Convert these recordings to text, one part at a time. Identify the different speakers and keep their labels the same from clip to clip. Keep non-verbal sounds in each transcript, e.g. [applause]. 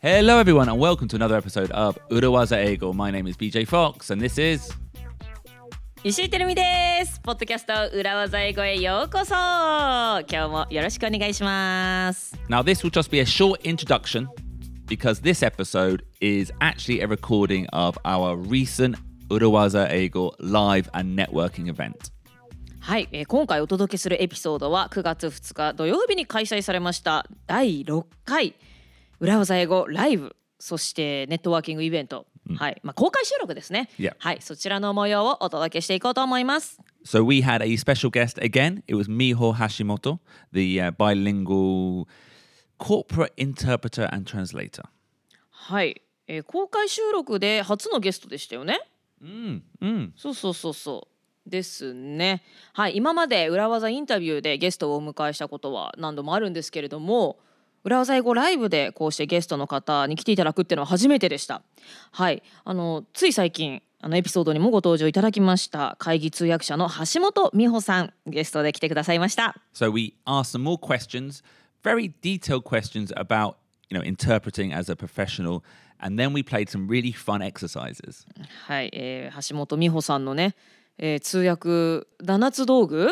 Speaker 1: Hello, everyone, and welcome to another episode of Urawaza Eagle. My name is BJ Fox, and this is
Speaker 2: 石井てるみですポッドキャスト裏技英語へようこそ今日もよろしくお願いします
Speaker 1: now this will just be a short introduction because this episode is actually a recording of our recent Urawaza Eagle live and networking event.
Speaker 2: はい、えー今回お届けするエピソードは9月2日土曜日に開催されました第6回裏技英語ライブそしてネットワーキングイベント、はい、まあ公開収録ですね
Speaker 1: Yeah.
Speaker 2: はい、そちらの模様をお届けしていこうと思います
Speaker 1: So we had a special guest again. It was Miho Hashimoto, the uh, bilingual corporate interpreter and translator.
Speaker 2: はい、えー公開収録で初のゲストでしたよね。うん、うん、そうそうそうそう。ですね。はい、今まで裏技インタビューでゲストをお迎えしたことは何度もあるんですけれども。裏技英語ライブでこうしてゲストの方に来ていただくっていうのは初めてでした。はい、あのつい最近あのエピソードにもご登場いただきました会議通訳者の橋本美穂さんゲストで来てくださいました。
Speaker 1: So we asked some more questions, very detailed questions about you know interpreting as a professional, and then we played some really fun exercises.
Speaker 2: はい、えー橋本美穂さんのね、えー通訳7つ道具、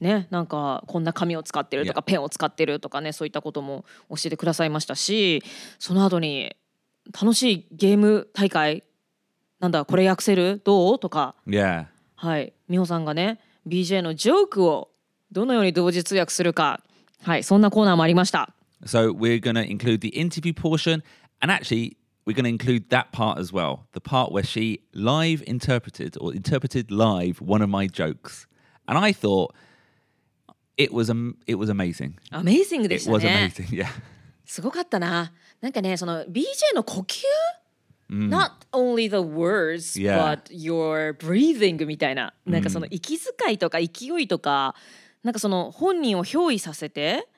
Speaker 2: ねなんかこんな紙を使ってるとか、
Speaker 1: Yeah.
Speaker 2: ペンを使ってるとかねそういったことも教えてくださいましたしその後に楽しいゲーム大会なんだこれ訳せるどうとか
Speaker 1: Yeah.
Speaker 2: はい美穂さんがね BJ のジョークをどのように同時通訳するかはいそんなコーナーもありました。
Speaker 1: So we're going to include the interview portion, and actually, we're going to include that part as well the part where she live interpreted or interpreted live one of my jokes. And I thought it was, am- it was amazing.
Speaker 2: アメイジングで
Speaker 1: It
Speaker 2: したね。
Speaker 1: was amazing. [laughs] Yeah.
Speaker 2: すごかったな。なんかね、その BJ の呼吸、Not only the words,
Speaker 1: Yeah.
Speaker 2: but your breathing みたいな。なんかその息遣いとか勢いとか、なんかその本人を憑依させて、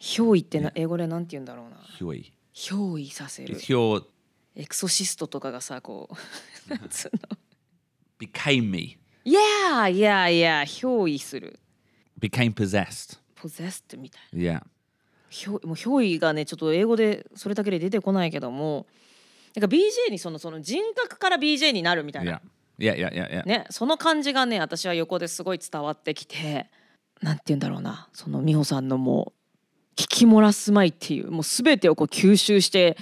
Speaker 2: 憑依ってな英語でなんて言うんだろうな。
Speaker 1: Huey.
Speaker 2: 憑依させる
Speaker 1: It's。your
Speaker 2: エクソシストとかがさ、こ
Speaker 1: [laughs]
Speaker 2: う、なんつうの。
Speaker 1: became me,
Speaker 2: Yeah, yeah, yeah. 憑依する。
Speaker 1: became possessed.
Speaker 2: possessed みたいな。
Speaker 1: Yeah.
Speaker 2: ひょもう憑依がねちょっと英語でそれだけで出てこないけどもなんか BJ にそのその人格から BJ になるみたい
Speaker 1: Yeah.
Speaker 2: な、
Speaker 1: Yeah. Yeah. Yeah. Yeah.
Speaker 2: ね、その感じがね私は横ですごい伝わってきてなんて言うんだろうなその美穂さんのもう聞き漏らすまいっていうもう全てをこう吸収して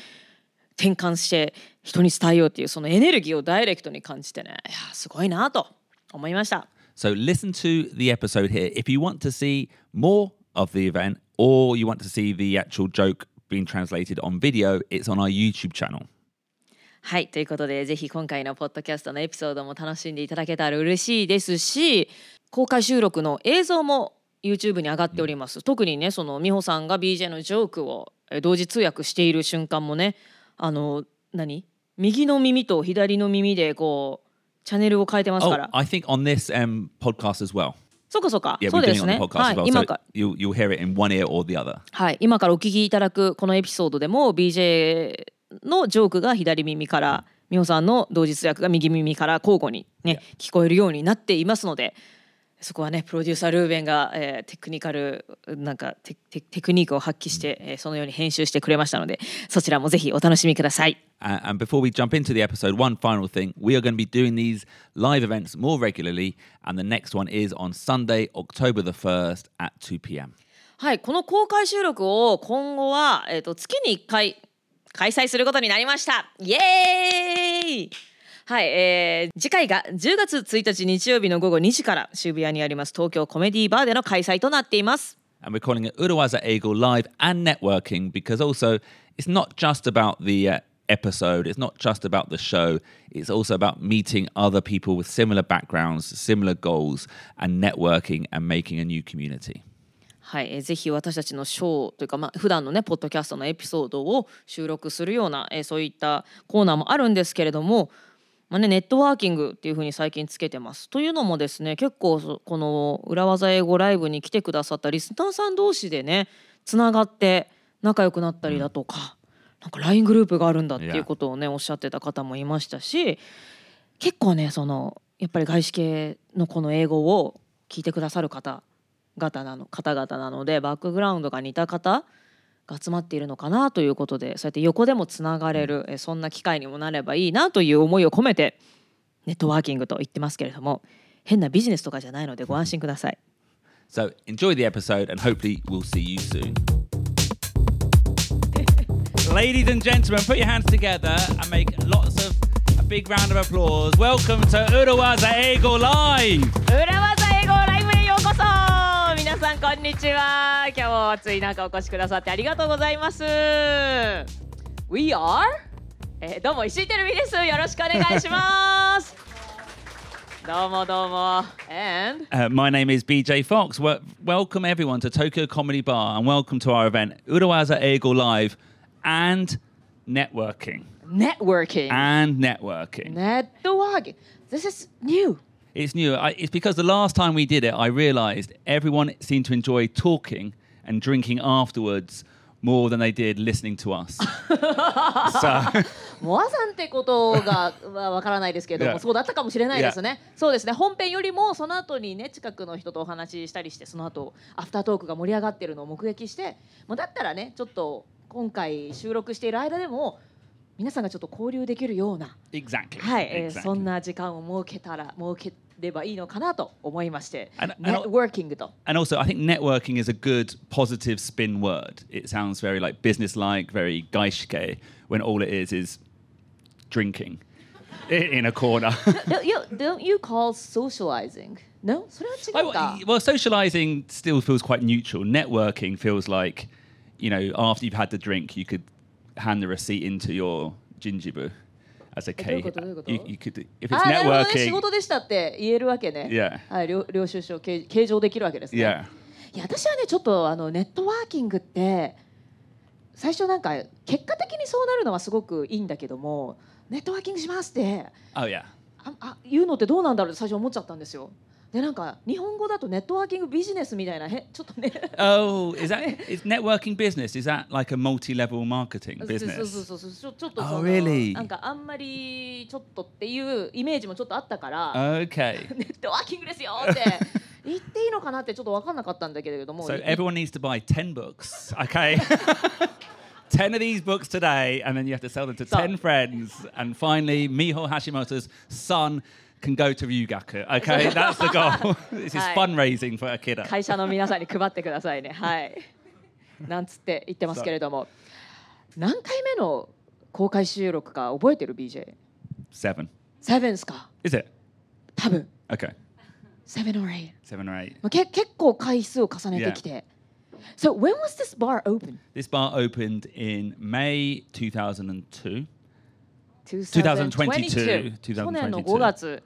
Speaker 2: 転換して人に伝えようっていうそのエネルギーをダイレクトに感じてねいやーすごいなと思いました。
Speaker 1: So listen to the episode here. If you want to see more of the event or you want to see the actual joke being translated on video, it's on our YouTube channel.
Speaker 2: はいということでぜひ今回のポッドキャストのエピソードも楽しんでいただけたら嬉しいですし公開収録の映像も YouTube に上がっております、特にねその美穂さんが BJ のジョークをえ同時通訳している瞬間もねあの何右の耳と左の耳でこうチャンネルを変えてます
Speaker 1: Oh,
Speaker 2: から、
Speaker 1: I think on this um, podcast as well.
Speaker 2: そうかそうか
Speaker 1: Yeah,
Speaker 2: そう
Speaker 1: we're
Speaker 2: で
Speaker 1: doing
Speaker 2: す
Speaker 1: it on the
Speaker 2: ね
Speaker 1: podcast
Speaker 2: は
Speaker 1: as
Speaker 2: い
Speaker 1: well.
Speaker 2: 今
Speaker 1: so
Speaker 2: か
Speaker 1: you'll, you'll hear it in one ear or the other.
Speaker 2: はい、今からお聞きいただくこのエピソードでも BJ のジョークが左耳から美穂さんの同時通訳が右耳から交互に、ね、聞こえるようになっていますのでそこはねプロデューサールーベンが、えーテクニカルなんかテテテクニックを発揮して、えーそのように編集してくれましたのでそちらもぜひお楽しみください。
Speaker 1: Uh, and before we jump into the episode, one final thing. We are going to be doing these live events more regularly. And the next one is on Sunday, October the 1st at 2 p.m.
Speaker 2: はい、この公開収録を今後は、えー、と月に1回開催することになりましたイエーイはい、えー次回が10月1日日曜日の午後2時から渋谷にあります東京コメディバーでの開催となっています
Speaker 1: and we're calling it Urawaza Eagle Live and Networking because also it's not just about the uh, episode, it's not just about the show, it's also about meeting other people with similar backgrounds, similar goals, and networking and making a new community.
Speaker 2: はい、えーぜひ私たちのショーというか、まあ普段のねポッドキャストのエピソードを収録するような、えーそういったコーナーもあるんですけれども、まあね、ネットワーキングっていう風に最近つけてます。というのもですね結構そこの裏技英語ライブに来てくださったリスナーさん同士でねつながって仲良くなったりだとか、なんか LINE グループがあるんだっていうことをねおっしゃってた方もいましたし結構ねそのやっぱり外資系のこの英語を聞いてくださる方々なの方々なのでバックグラウンドが似た方が集まっているのかなということでそうやって横でもつながれる、えそんな機会にもなればいいなという思いを込めてネットワーキングと言ってますけれども変なビジネスとかじゃないのでご安心ください。
Speaker 1: So enjoy the episode and hopefully we'll see you soon. [laughs] Ladies and gentlemen, put your hands together and make lots of a big round of applause. Welcome to Urawaza Eagle Live.
Speaker 2: 裏技英語ライブへようこそ皆さんこんにちは今日も暑い中お越しくださってありがとうございます We are えーどうも石井てるみですよろしくお願いしますどうもどうも And
Speaker 1: Uh, my name is BJ Fox. Wel- welcome everyone to Tokyo Comedy Bar and welcome to our event Urawaza Eagle Live and networking
Speaker 2: Networking
Speaker 1: and networking.
Speaker 2: Networking This is new
Speaker 1: It's new. I, it's because the last time we did it, I realised everyone seemed to enjoy talking and drinking afterwards more than they did listening to us. so [laughs]
Speaker 2: モアさんってことがわわからないですけれど
Speaker 1: い
Speaker 2: も、
Speaker 1: や
Speaker 2: そうだったかもしれないですね。そうですね。本編よりもその後にね近くの人とお話ししたりして、その後アフタートークが盛り上がってるのを目撃して、もうだったらねちょっと今回収録している間でも皆さんがちょっと交流できるような、
Speaker 1: exactly.
Speaker 2: はい、えー
Speaker 1: exactly.
Speaker 2: そんな時間を設けたら設ければいいのかなと思いまして
Speaker 1: あの、あ
Speaker 2: ネ
Speaker 1: の
Speaker 2: ットワーキン
Speaker 1: [laughs]
Speaker 2: グと。
Speaker 1: And also, I think networking is a good positive spin word. It sounds very like business-like, very gaishike, when all it is is drinking i- in a corner. [laughs]
Speaker 2: Don't you, don't you call socializing? No? それは違うか
Speaker 1: I- well, socializing still feels quite neutral. Networking feels like, you know, after you've had the drink, you could hand the receipt into your jinjibu as a Ah, cake.
Speaker 2: do, do, do.
Speaker 1: You, you could, if
Speaker 2: あ
Speaker 1: it's
Speaker 2: ーなるほどね仕
Speaker 1: networking,
Speaker 2: 事でしたって言えるわけね。
Speaker 1: Yeah.
Speaker 2: [laughs] はい、領領収書を計計上できるわけですね。
Speaker 1: yeah,
Speaker 2: いや私はねちょっとあのネットワーキングって最初なんか結果的にそうなるのはすごくいいんだけどもネットワーキングしますって
Speaker 1: oh yeah,
Speaker 2: ああ言うのってどうなんだろうって最初思っちゃったんですよ。でなんか日本語だとネットワーキングビジネスみたいなへちょっと [laughs] ね
Speaker 1: oh, is that is networking business? Is that like a multi-level marketing
Speaker 2: そうそう
Speaker 1: business?
Speaker 2: そうそうちょちょっと
Speaker 1: Oh,
Speaker 2: その、
Speaker 1: really?
Speaker 2: なんかあんまりちょっとっていうイメージもちょっとあったから。
Speaker 1: Okay,
Speaker 2: [laughs] ネットワーキングですよって言っていいのかなってちょっと分かんなかったんだけれ [laughs] ども
Speaker 1: so
Speaker 2: い
Speaker 1: everyone needs to buy ten books. Okay. [laughs] 10 of these books today, and then you have to sell them to
Speaker 2: So-
Speaker 1: 10 friends. And finally, Miho Hashimoto's son can go to Ryugaku. Okay, that's the
Speaker 2: [laughs]
Speaker 1: goal. [laughs] this is
Speaker 2: Hi.
Speaker 1: fundraising for a kiddo.
Speaker 2: 会社の皆さんに配ってくださいねはいなんつって言ってますけれども何回目の公開収録か覚えてる BJ7
Speaker 1: Seven.
Speaker 2: ですか
Speaker 1: Is it?
Speaker 2: 多分
Speaker 1: Okay.
Speaker 2: 7 or 8
Speaker 1: Seven or eight.
Speaker 2: まあけ結構回数を重ねてきて、So when was this bar open?
Speaker 1: This bar opened in May 2002.
Speaker 2: 2022
Speaker 1: 2022
Speaker 2: 去年の5月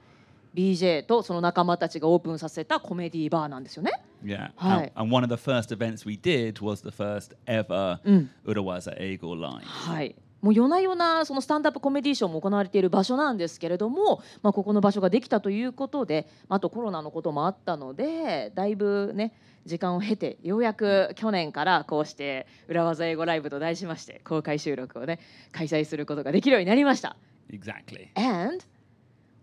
Speaker 2: BJ とその仲間たちがオープンさせたコメディーバーなんですよね
Speaker 1: Yeah.
Speaker 2: Hi.
Speaker 1: And, and one of the first events we did was the first ever
Speaker 2: Mm.
Speaker 1: Urawaza Eagle Live.
Speaker 2: はい、もう夜な夜なそのスタンダップコメディーショーも行われている場所なんですけれども、まあ、ここの場所ができたということであとコロナのこともあったのでだいぶね時間を経てようやく去年からこうして「裏技英語ライブ」と題しまして公開収録をね開催することができるようになりました。
Speaker 1: Exactly.
Speaker 2: And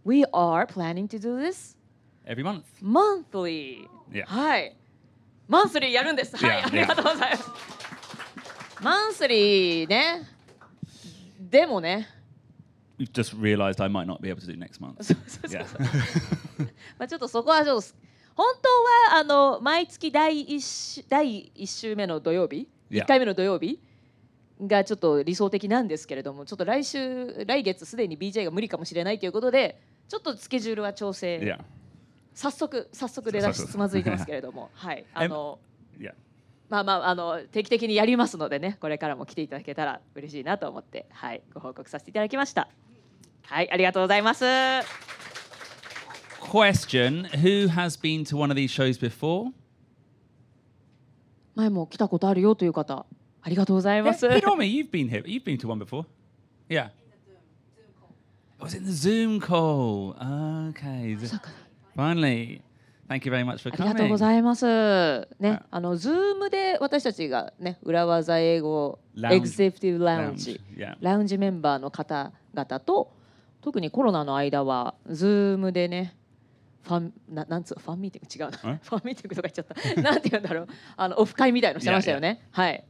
Speaker 2: we are planning to do this
Speaker 1: Every month.
Speaker 2: monthly、
Speaker 1: Yeah.
Speaker 2: はいマンスリーやるんですはい、
Speaker 1: Yeah,
Speaker 2: ありがとうございますマンスリーねでもね
Speaker 1: We've just realised I might not be able to do next month. [laughs]
Speaker 2: そうそうそう
Speaker 1: Yeah.
Speaker 2: そうまあちょっとそこはちょっとす本当はあの毎月第一週第一週目の土曜日、一
Speaker 1: Yeah.
Speaker 2: 回目の土曜日がちょっと理想的なんですけれども、ちょっと来週来月すでに BJ が無理かもしれないということで、ちょっとスケジュールは調整。
Speaker 1: [laughs] yeah.
Speaker 2: 早速早速出だ
Speaker 1: そうそう
Speaker 2: し
Speaker 1: そう
Speaker 2: つまずいてますけれども、
Speaker 1: [laughs]
Speaker 2: はいあの。
Speaker 1: Yeah.
Speaker 2: まあまああの定期的にやりますのでねこれからも来ていただけたら嬉しいなと思ってはいご報告させていただきましたはいありがとうございます
Speaker 1: Question Who has been to one of these shows before?
Speaker 2: 前も来たことあるよという方ありがとうございます
Speaker 1: Yeah, Hiromi, you've been here. You've been to one before. Yeah. I was in the Zoom call. Okay. Z- Finally. Thank you very much for
Speaker 2: あり
Speaker 1: coming.
Speaker 2: がとうございます。ね
Speaker 1: あ、
Speaker 2: あのズームで私たちがね、裏技英語
Speaker 1: ラウンジ
Speaker 2: エグゼクティブラウンジ
Speaker 1: Yeah.
Speaker 2: ラウンジメンバーの方々と特にコロナの間はズームでね、ファンななんつうのファンミーティング違う
Speaker 1: え
Speaker 2: なファンミーティングとか言っちゃった [laughs] なんて言うんだろうあのオフ会みたいのしてましたよねはい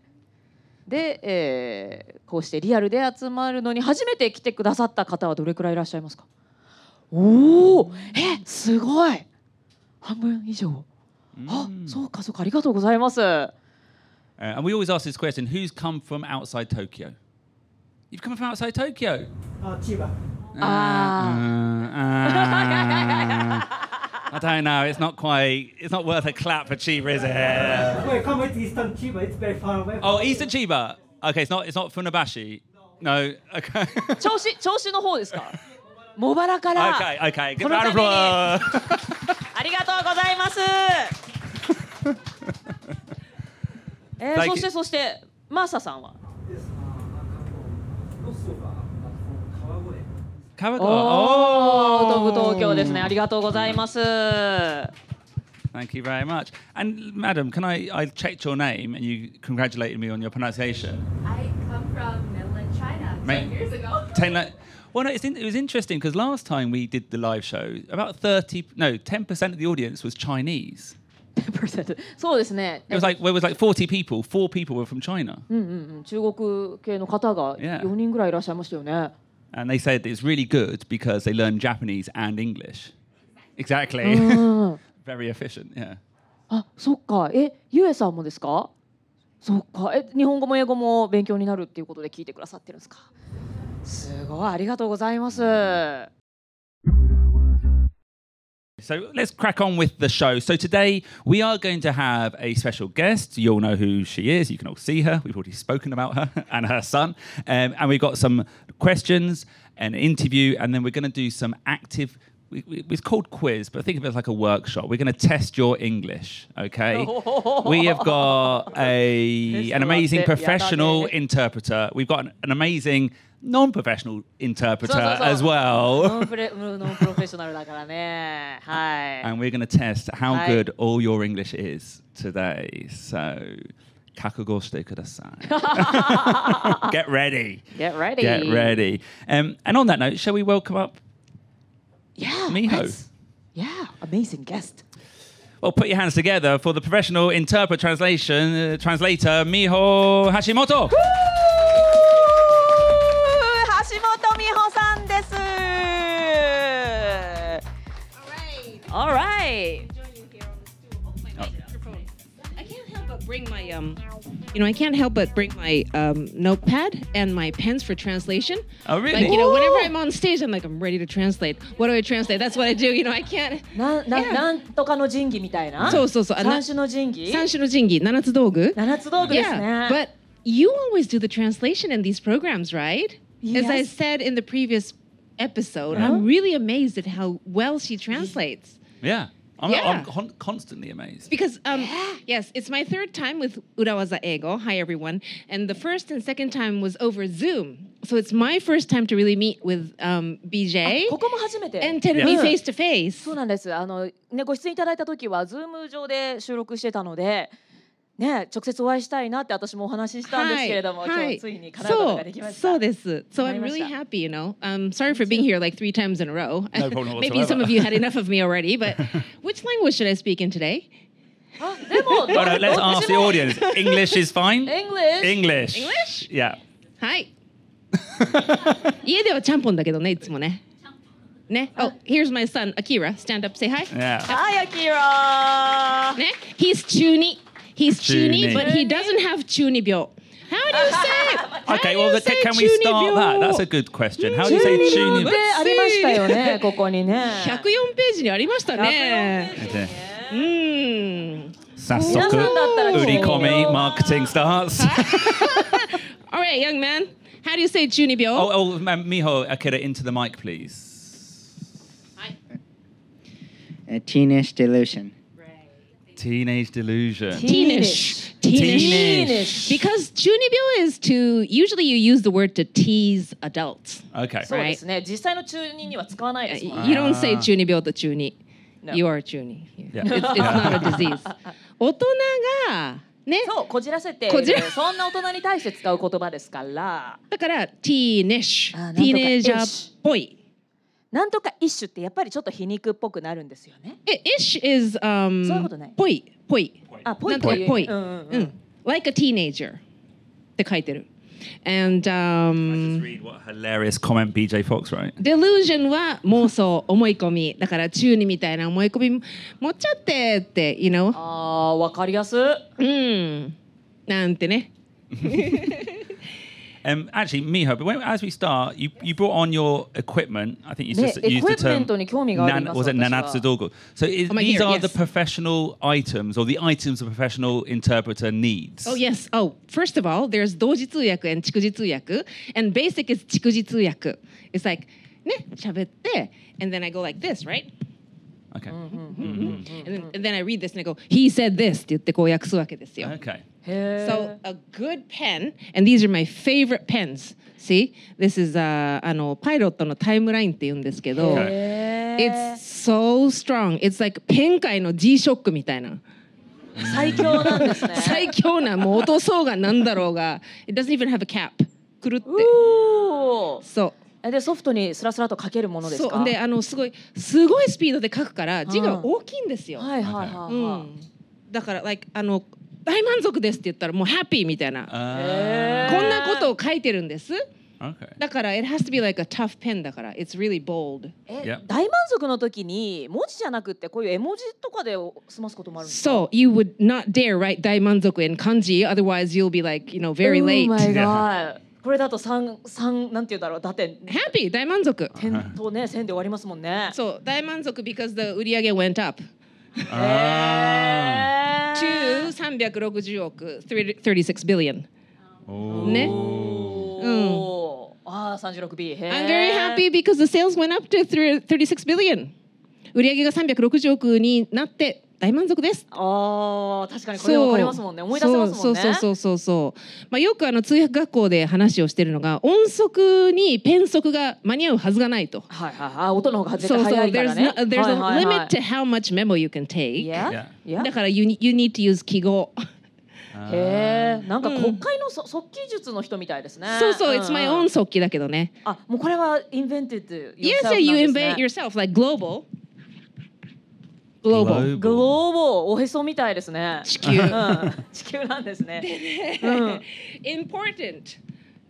Speaker 2: で、えーこうしてリアルで集まるのに初めて来てくださった方はどれくらいいらっしゃいますかおおえすごい半分以上あ
Speaker 1: うん
Speaker 2: そうかそうかありがとうございます
Speaker 1: Uh, and we always ask this question who's come from outside Tokyo? You've come from outside Tokyo. Uh,
Speaker 3: あ千葉
Speaker 1: Ah. I don't know. It's not quite. It's not worth a clap for Chiba, is it?
Speaker 3: Well, come with Eastern Chiba. It's very far away.
Speaker 1: Oh, Eastern Chiba. Okay, it's not. It's not Funabashi. No. [laughs] Okay.
Speaker 2: 調子調子の方ですか茂原から、
Speaker 1: okay. Okay. Good
Speaker 2: Funabashi.
Speaker 1: round of applause.
Speaker 2: ありがとうござい [laughs] ます。えー、
Speaker 1: Thank
Speaker 2: そ
Speaker 1: you.
Speaker 2: してそしてマーサさんは
Speaker 3: Yes. あなんかこうロスとかなんかこう川
Speaker 1: Kawagoe.
Speaker 3: 越
Speaker 1: Oh,
Speaker 2: ー東部東京ですねありがとうございます。
Speaker 1: Thank you very much. And madam, can I? I checked your name, and you congratulated me on your pronunciation.
Speaker 4: I come from mainland China
Speaker 1: Mate.
Speaker 4: 10 years ago.
Speaker 1: Ten like, well, no, it's in, it was interesting because last time we did the live show, about thirty, no, ten percent of the audience was Chinese.
Speaker 2: 10%そうですね。
Speaker 1: It was like well, it was like forty people. Four people were from China,
Speaker 2: うんうんうん中国系の方が
Speaker 1: Yeah.
Speaker 2: 4人ぐらいいらっしゃいましたよね。
Speaker 1: and they said it's really good because they learn Japanese and English. Exactly.
Speaker 2: うん。
Speaker 1: [laughs] Very efficient. Yeah.
Speaker 2: あそっかえゆえさんもですか。そっかえ日本語も英語も勉強になるっていうことで聞いてくださってるんですか。すごいありがとうございます。
Speaker 1: So let's crack on with the show. So today we are going to have a special guest. You all know who she is. You can all see her. We've already spoken about her [laughs] and her son. Um, and we've got some questions, an interview, and then we're going to do some active. we- we- It's called quiz, but think of it as like a workshop. We're going to test your English,
Speaker 2: [laughs]
Speaker 1: okay? we have got a
Speaker 2: This
Speaker 1: an amazing
Speaker 2: was it. Yeah,
Speaker 1: professional
Speaker 2: that's it.
Speaker 1: interpreter. We've got an, an amazing non-professional interpreter
Speaker 2: So, Oh, so, so.
Speaker 1: as well.
Speaker 2: ノンプレノンプロフェッショナルだからね。はい。
Speaker 1: and we're going to test how
Speaker 2: Hi.
Speaker 1: good all your English is today. So, kakugoshite kudasai.
Speaker 5: [laughs]
Speaker 1: Get ready.
Speaker 2: Get ready.
Speaker 1: Get ready. Um, and on that note, shall we welcome up?
Speaker 2: Yeah.
Speaker 1: Miho.
Speaker 2: let's- Yeah. Amazing guest.
Speaker 1: Well, put your hands together for the professional interpret translation uh, translator Miho Hashimoto.
Speaker 2: 橋本美穂さんです。
Speaker 5: Alright,
Speaker 2: Alright.
Speaker 5: join you here on the stool. Oh, my microphone. I can't help but bring my um, you know, I can't help but bring my um notepad and my pens for translation.
Speaker 1: Oh, really?
Speaker 5: Like you know, whenever I'm on stage, I'm like, I'm ready to translate. What do I translate? That's what I do. You know, I can't.
Speaker 2: なな
Speaker 5: Yeah.
Speaker 2: なんとかの神器みたいな。
Speaker 5: そうそうそうあな
Speaker 2: 三種の神器。
Speaker 5: 三種の神器、七つ道具。
Speaker 2: 七つ道具ですね。
Speaker 5: Yeah, but you always do the translation in these programs, right? As I
Speaker 2: Yes.
Speaker 5: said in the previous episode, I'm really amazed at how well she translates.
Speaker 1: Yeah. I'm,
Speaker 5: Yeah.
Speaker 1: I'm con- constantly amazed.
Speaker 5: Because um, yes, it's my third time with Urawaza Ego. Hi everyone. And the first and second time was over Zoom. So it's my first time to really meet with um, BJ
Speaker 2: ここも初めて。
Speaker 5: and Terumi
Speaker 1: Yeah.
Speaker 5: face to face.
Speaker 2: そうなんです。あのねご出演いただいた時はズーム上で収録してたので。ね、直接お会いしたいなって私もお話ししたんですけれども、今日ついに叶うことができました。
Speaker 5: そうそうです。So
Speaker 2: 叶
Speaker 5: I'm
Speaker 2: いました。
Speaker 5: really happy, you know. Um, sorry for being here like three times in a row.
Speaker 1: No problem
Speaker 5: [laughs] Maybe some
Speaker 1: whatsoever.
Speaker 5: of
Speaker 1: [laughs]
Speaker 5: you had enough of me already, but which language should I speak in today?
Speaker 2: あでも、
Speaker 1: Oh, no, let's ask the audience. English is fine.
Speaker 2: English.
Speaker 1: English.
Speaker 5: English? [laughs]
Speaker 1: Yeah. [laughs]
Speaker 5: はい。家ではちゃんぽんだけどね、いつもね。ね。Oh, here's my son, Akira. Stand up, say hi.
Speaker 1: Yeah.
Speaker 2: はい、アキラ。
Speaker 5: ね。He's [laughs] chuni. He's
Speaker 1: Chuni.
Speaker 5: chuni, but he doesn't have chuni bio. How do you say? how
Speaker 1: Okay,
Speaker 5: do
Speaker 1: well,
Speaker 5: you
Speaker 1: the,
Speaker 5: say
Speaker 1: can we start
Speaker 5: chunibyo?
Speaker 1: that? That's a good question. How do you say
Speaker 5: Chunibyo.
Speaker 1: 中二
Speaker 2: でありましたよね、ここにね。
Speaker 5: 104ページにありましたね。
Speaker 1: Okay.
Speaker 5: うん。
Speaker 1: 早速、
Speaker 2: 皆さんだったら
Speaker 1: 売り込み、
Speaker 2: 中二病は。
Speaker 1: marketing starts.
Speaker 5: Alright, young man. How do you say chuni
Speaker 1: [laughs] oh,
Speaker 5: bio?
Speaker 1: oh, ma- Miho, Akira, into the mic, please.
Speaker 6: A teenage delusion.
Speaker 1: Teenage delusion.
Speaker 5: Teenish.
Speaker 1: Teenish.
Speaker 5: Because chunibyo is to usually you use the word to tease adults. Uh,
Speaker 1: okay.
Speaker 2: そうですね、実際の中二には使わないですもんね。
Speaker 5: You don't say
Speaker 1: Ah.
Speaker 5: chunibyo to chuni.
Speaker 2: No.
Speaker 5: You are chuni.
Speaker 1: Yeah.
Speaker 5: It's, it's not a
Speaker 1: [laughs]
Speaker 5: disease. 大人がね、
Speaker 2: そう、こじらせてい
Speaker 5: こじ
Speaker 2: る
Speaker 5: ら。
Speaker 2: そんな大人に対して使う言葉ですから。
Speaker 5: だから teenish
Speaker 2: あなんとか
Speaker 5: teenager っぽい
Speaker 2: なんとか一種ってやっぱりちょっと皮肉っぽくなるんですよね。
Speaker 5: I- Ish is um,
Speaker 2: そういうことない。
Speaker 5: poi poi
Speaker 2: あ、ぽい
Speaker 5: なんとかぽい
Speaker 2: うんうんう
Speaker 5: うんん like a teenager って書いてる and um,
Speaker 1: Just read what a hilarious comment BJ Fox wrote.
Speaker 5: delusion は妄想思い込みだから中二みたいな思い込み持っちゃってって you know
Speaker 2: あーわかりやすい。
Speaker 5: うんなんてね
Speaker 1: Um, actually, Miho, but when, as we start, you, you brought on your equipment. I think you
Speaker 2: Ne,
Speaker 1: just used the term.
Speaker 2: エクイプメントに興味があります、
Speaker 1: was it
Speaker 2: 私は。
Speaker 1: nanatsudogo? So is,
Speaker 5: Oh my
Speaker 1: these are
Speaker 5: God, yes.
Speaker 1: the professional items or the items a professional interpreter needs.
Speaker 5: Oh yes. Oh, first of all, there's 同時通訳 and 蓄字通訳 and basic is 蓄字通訳 It's like ね喋って and then I go like this, right?
Speaker 1: Okay. Mm-hmm.
Speaker 5: And then, and then I read this and I go, he said this って言ってこう訳すわけですよ。
Speaker 1: Okay.
Speaker 2: へー
Speaker 5: So a good pen, and these are my favorite pens. See, this is uh, あのパイロットのタイムラインって言うんですけど、
Speaker 1: Okay.
Speaker 2: へー
Speaker 5: It's so strong. It's like ペン界の G ショックみたいな。
Speaker 2: 最強なんです [laughs] ね。
Speaker 5: 最強なもう落とそうがなんだろうが、it doesn't even have a cap. くるって。
Speaker 2: おー
Speaker 5: そう。
Speaker 2: えでソフトにスラスラと書けるものですか。
Speaker 5: そうであのすごいすごいスピードで書くから字が大きいんですよ。
Speaker 2: はいはいはいは
Speaker 5: う
Speaker 2: い。
Speaker 5: ん、だから like あの大満足ですって言ったらもうハッピーみたいな。
Speaker 1: Uh,
Speaker 2: へー
Speaker 5: こんなことを書いてるんです。
Speaker 1: okay.
Speaker 5: だから it has to be like a tough pen だから it's really bold。
Speaker 2: え
Speaker 1: Yep.
Speaker 2: 大満足の時に文字じゃなくってこういう絵文字とかで済ますこともあるんですか。
Speaker 5: So you would not dare write 大満足 in 漢字 otherwise you'll be like you know very late。
Speaker 2: Oh my
Speaker 1: Yeah.
Speaker 2: god これだと三三なんて言うんだろう
Speaker 1: [laughs]
Speaker 2: 打点
Speaker 5: happy 大満足。
Speaker 2: 点とね線で終わりますもんね。
Speaker 5: そう大満足 because the 売り上げ went up。
Speaker 1: Ah.
Speaker 5: 中360億36 billion。
Speaker 1: Oh.
Speaker 5: ね。
Speaker 2: おーああ三十六 B。
Speaker 5: I'm very happy because the sales went up to thir- 36 billion. 売上が360億になって大満足です。
Speaker 2: ああ確かにこれわかりますもんね思い出せますもんね。
Speaker 5: そうそうそうそうそう。まあよくあの通訳学校で話をしてるのが音速にペン速が間に合うはずがないと。
Speaker 2: はいはいはいあ音の方が絶
Speaker 5: そう
Speaker 2: 対
Speaker 5: そう。
Speaker 2: 早いから
Speaker 5: There's,
Speaker 2: ね。
Speaker 5: no, there's
Speaker 2: はい
Speaker 5: a
Speaker 2: はいはい
Speaker 5: limit to how much memo you can take.
Speaker 2: Yeah? Yeah?
Speaker 5: だから you need, you need to use 記号。
Speaker 1: Uh,
Speaker 2: へえ、なんか国会のそ速記術の人みたいですね。
Speaker 5: そうそう。
Speaker 2: んん
Speaker 5: It's my own 速記だけどね。
Speaker 2: あ、もうこれは invented yourself
Speaker 5: Yes,
Speaker 2: なん
Speaker 5: yeah, you
Speaker 2: です
Speaker 5: invent
Speaker 2: ね。
Speaker 5: yourself like global. Global.
Speaker 2: グローボーおへそみたいですね。
Speaker 5: 地球
Speaker 2: う。ん、地球なんです
Speaker 5: [laughs]
Speaker 2: ね。うん、へ
Speaker 5: important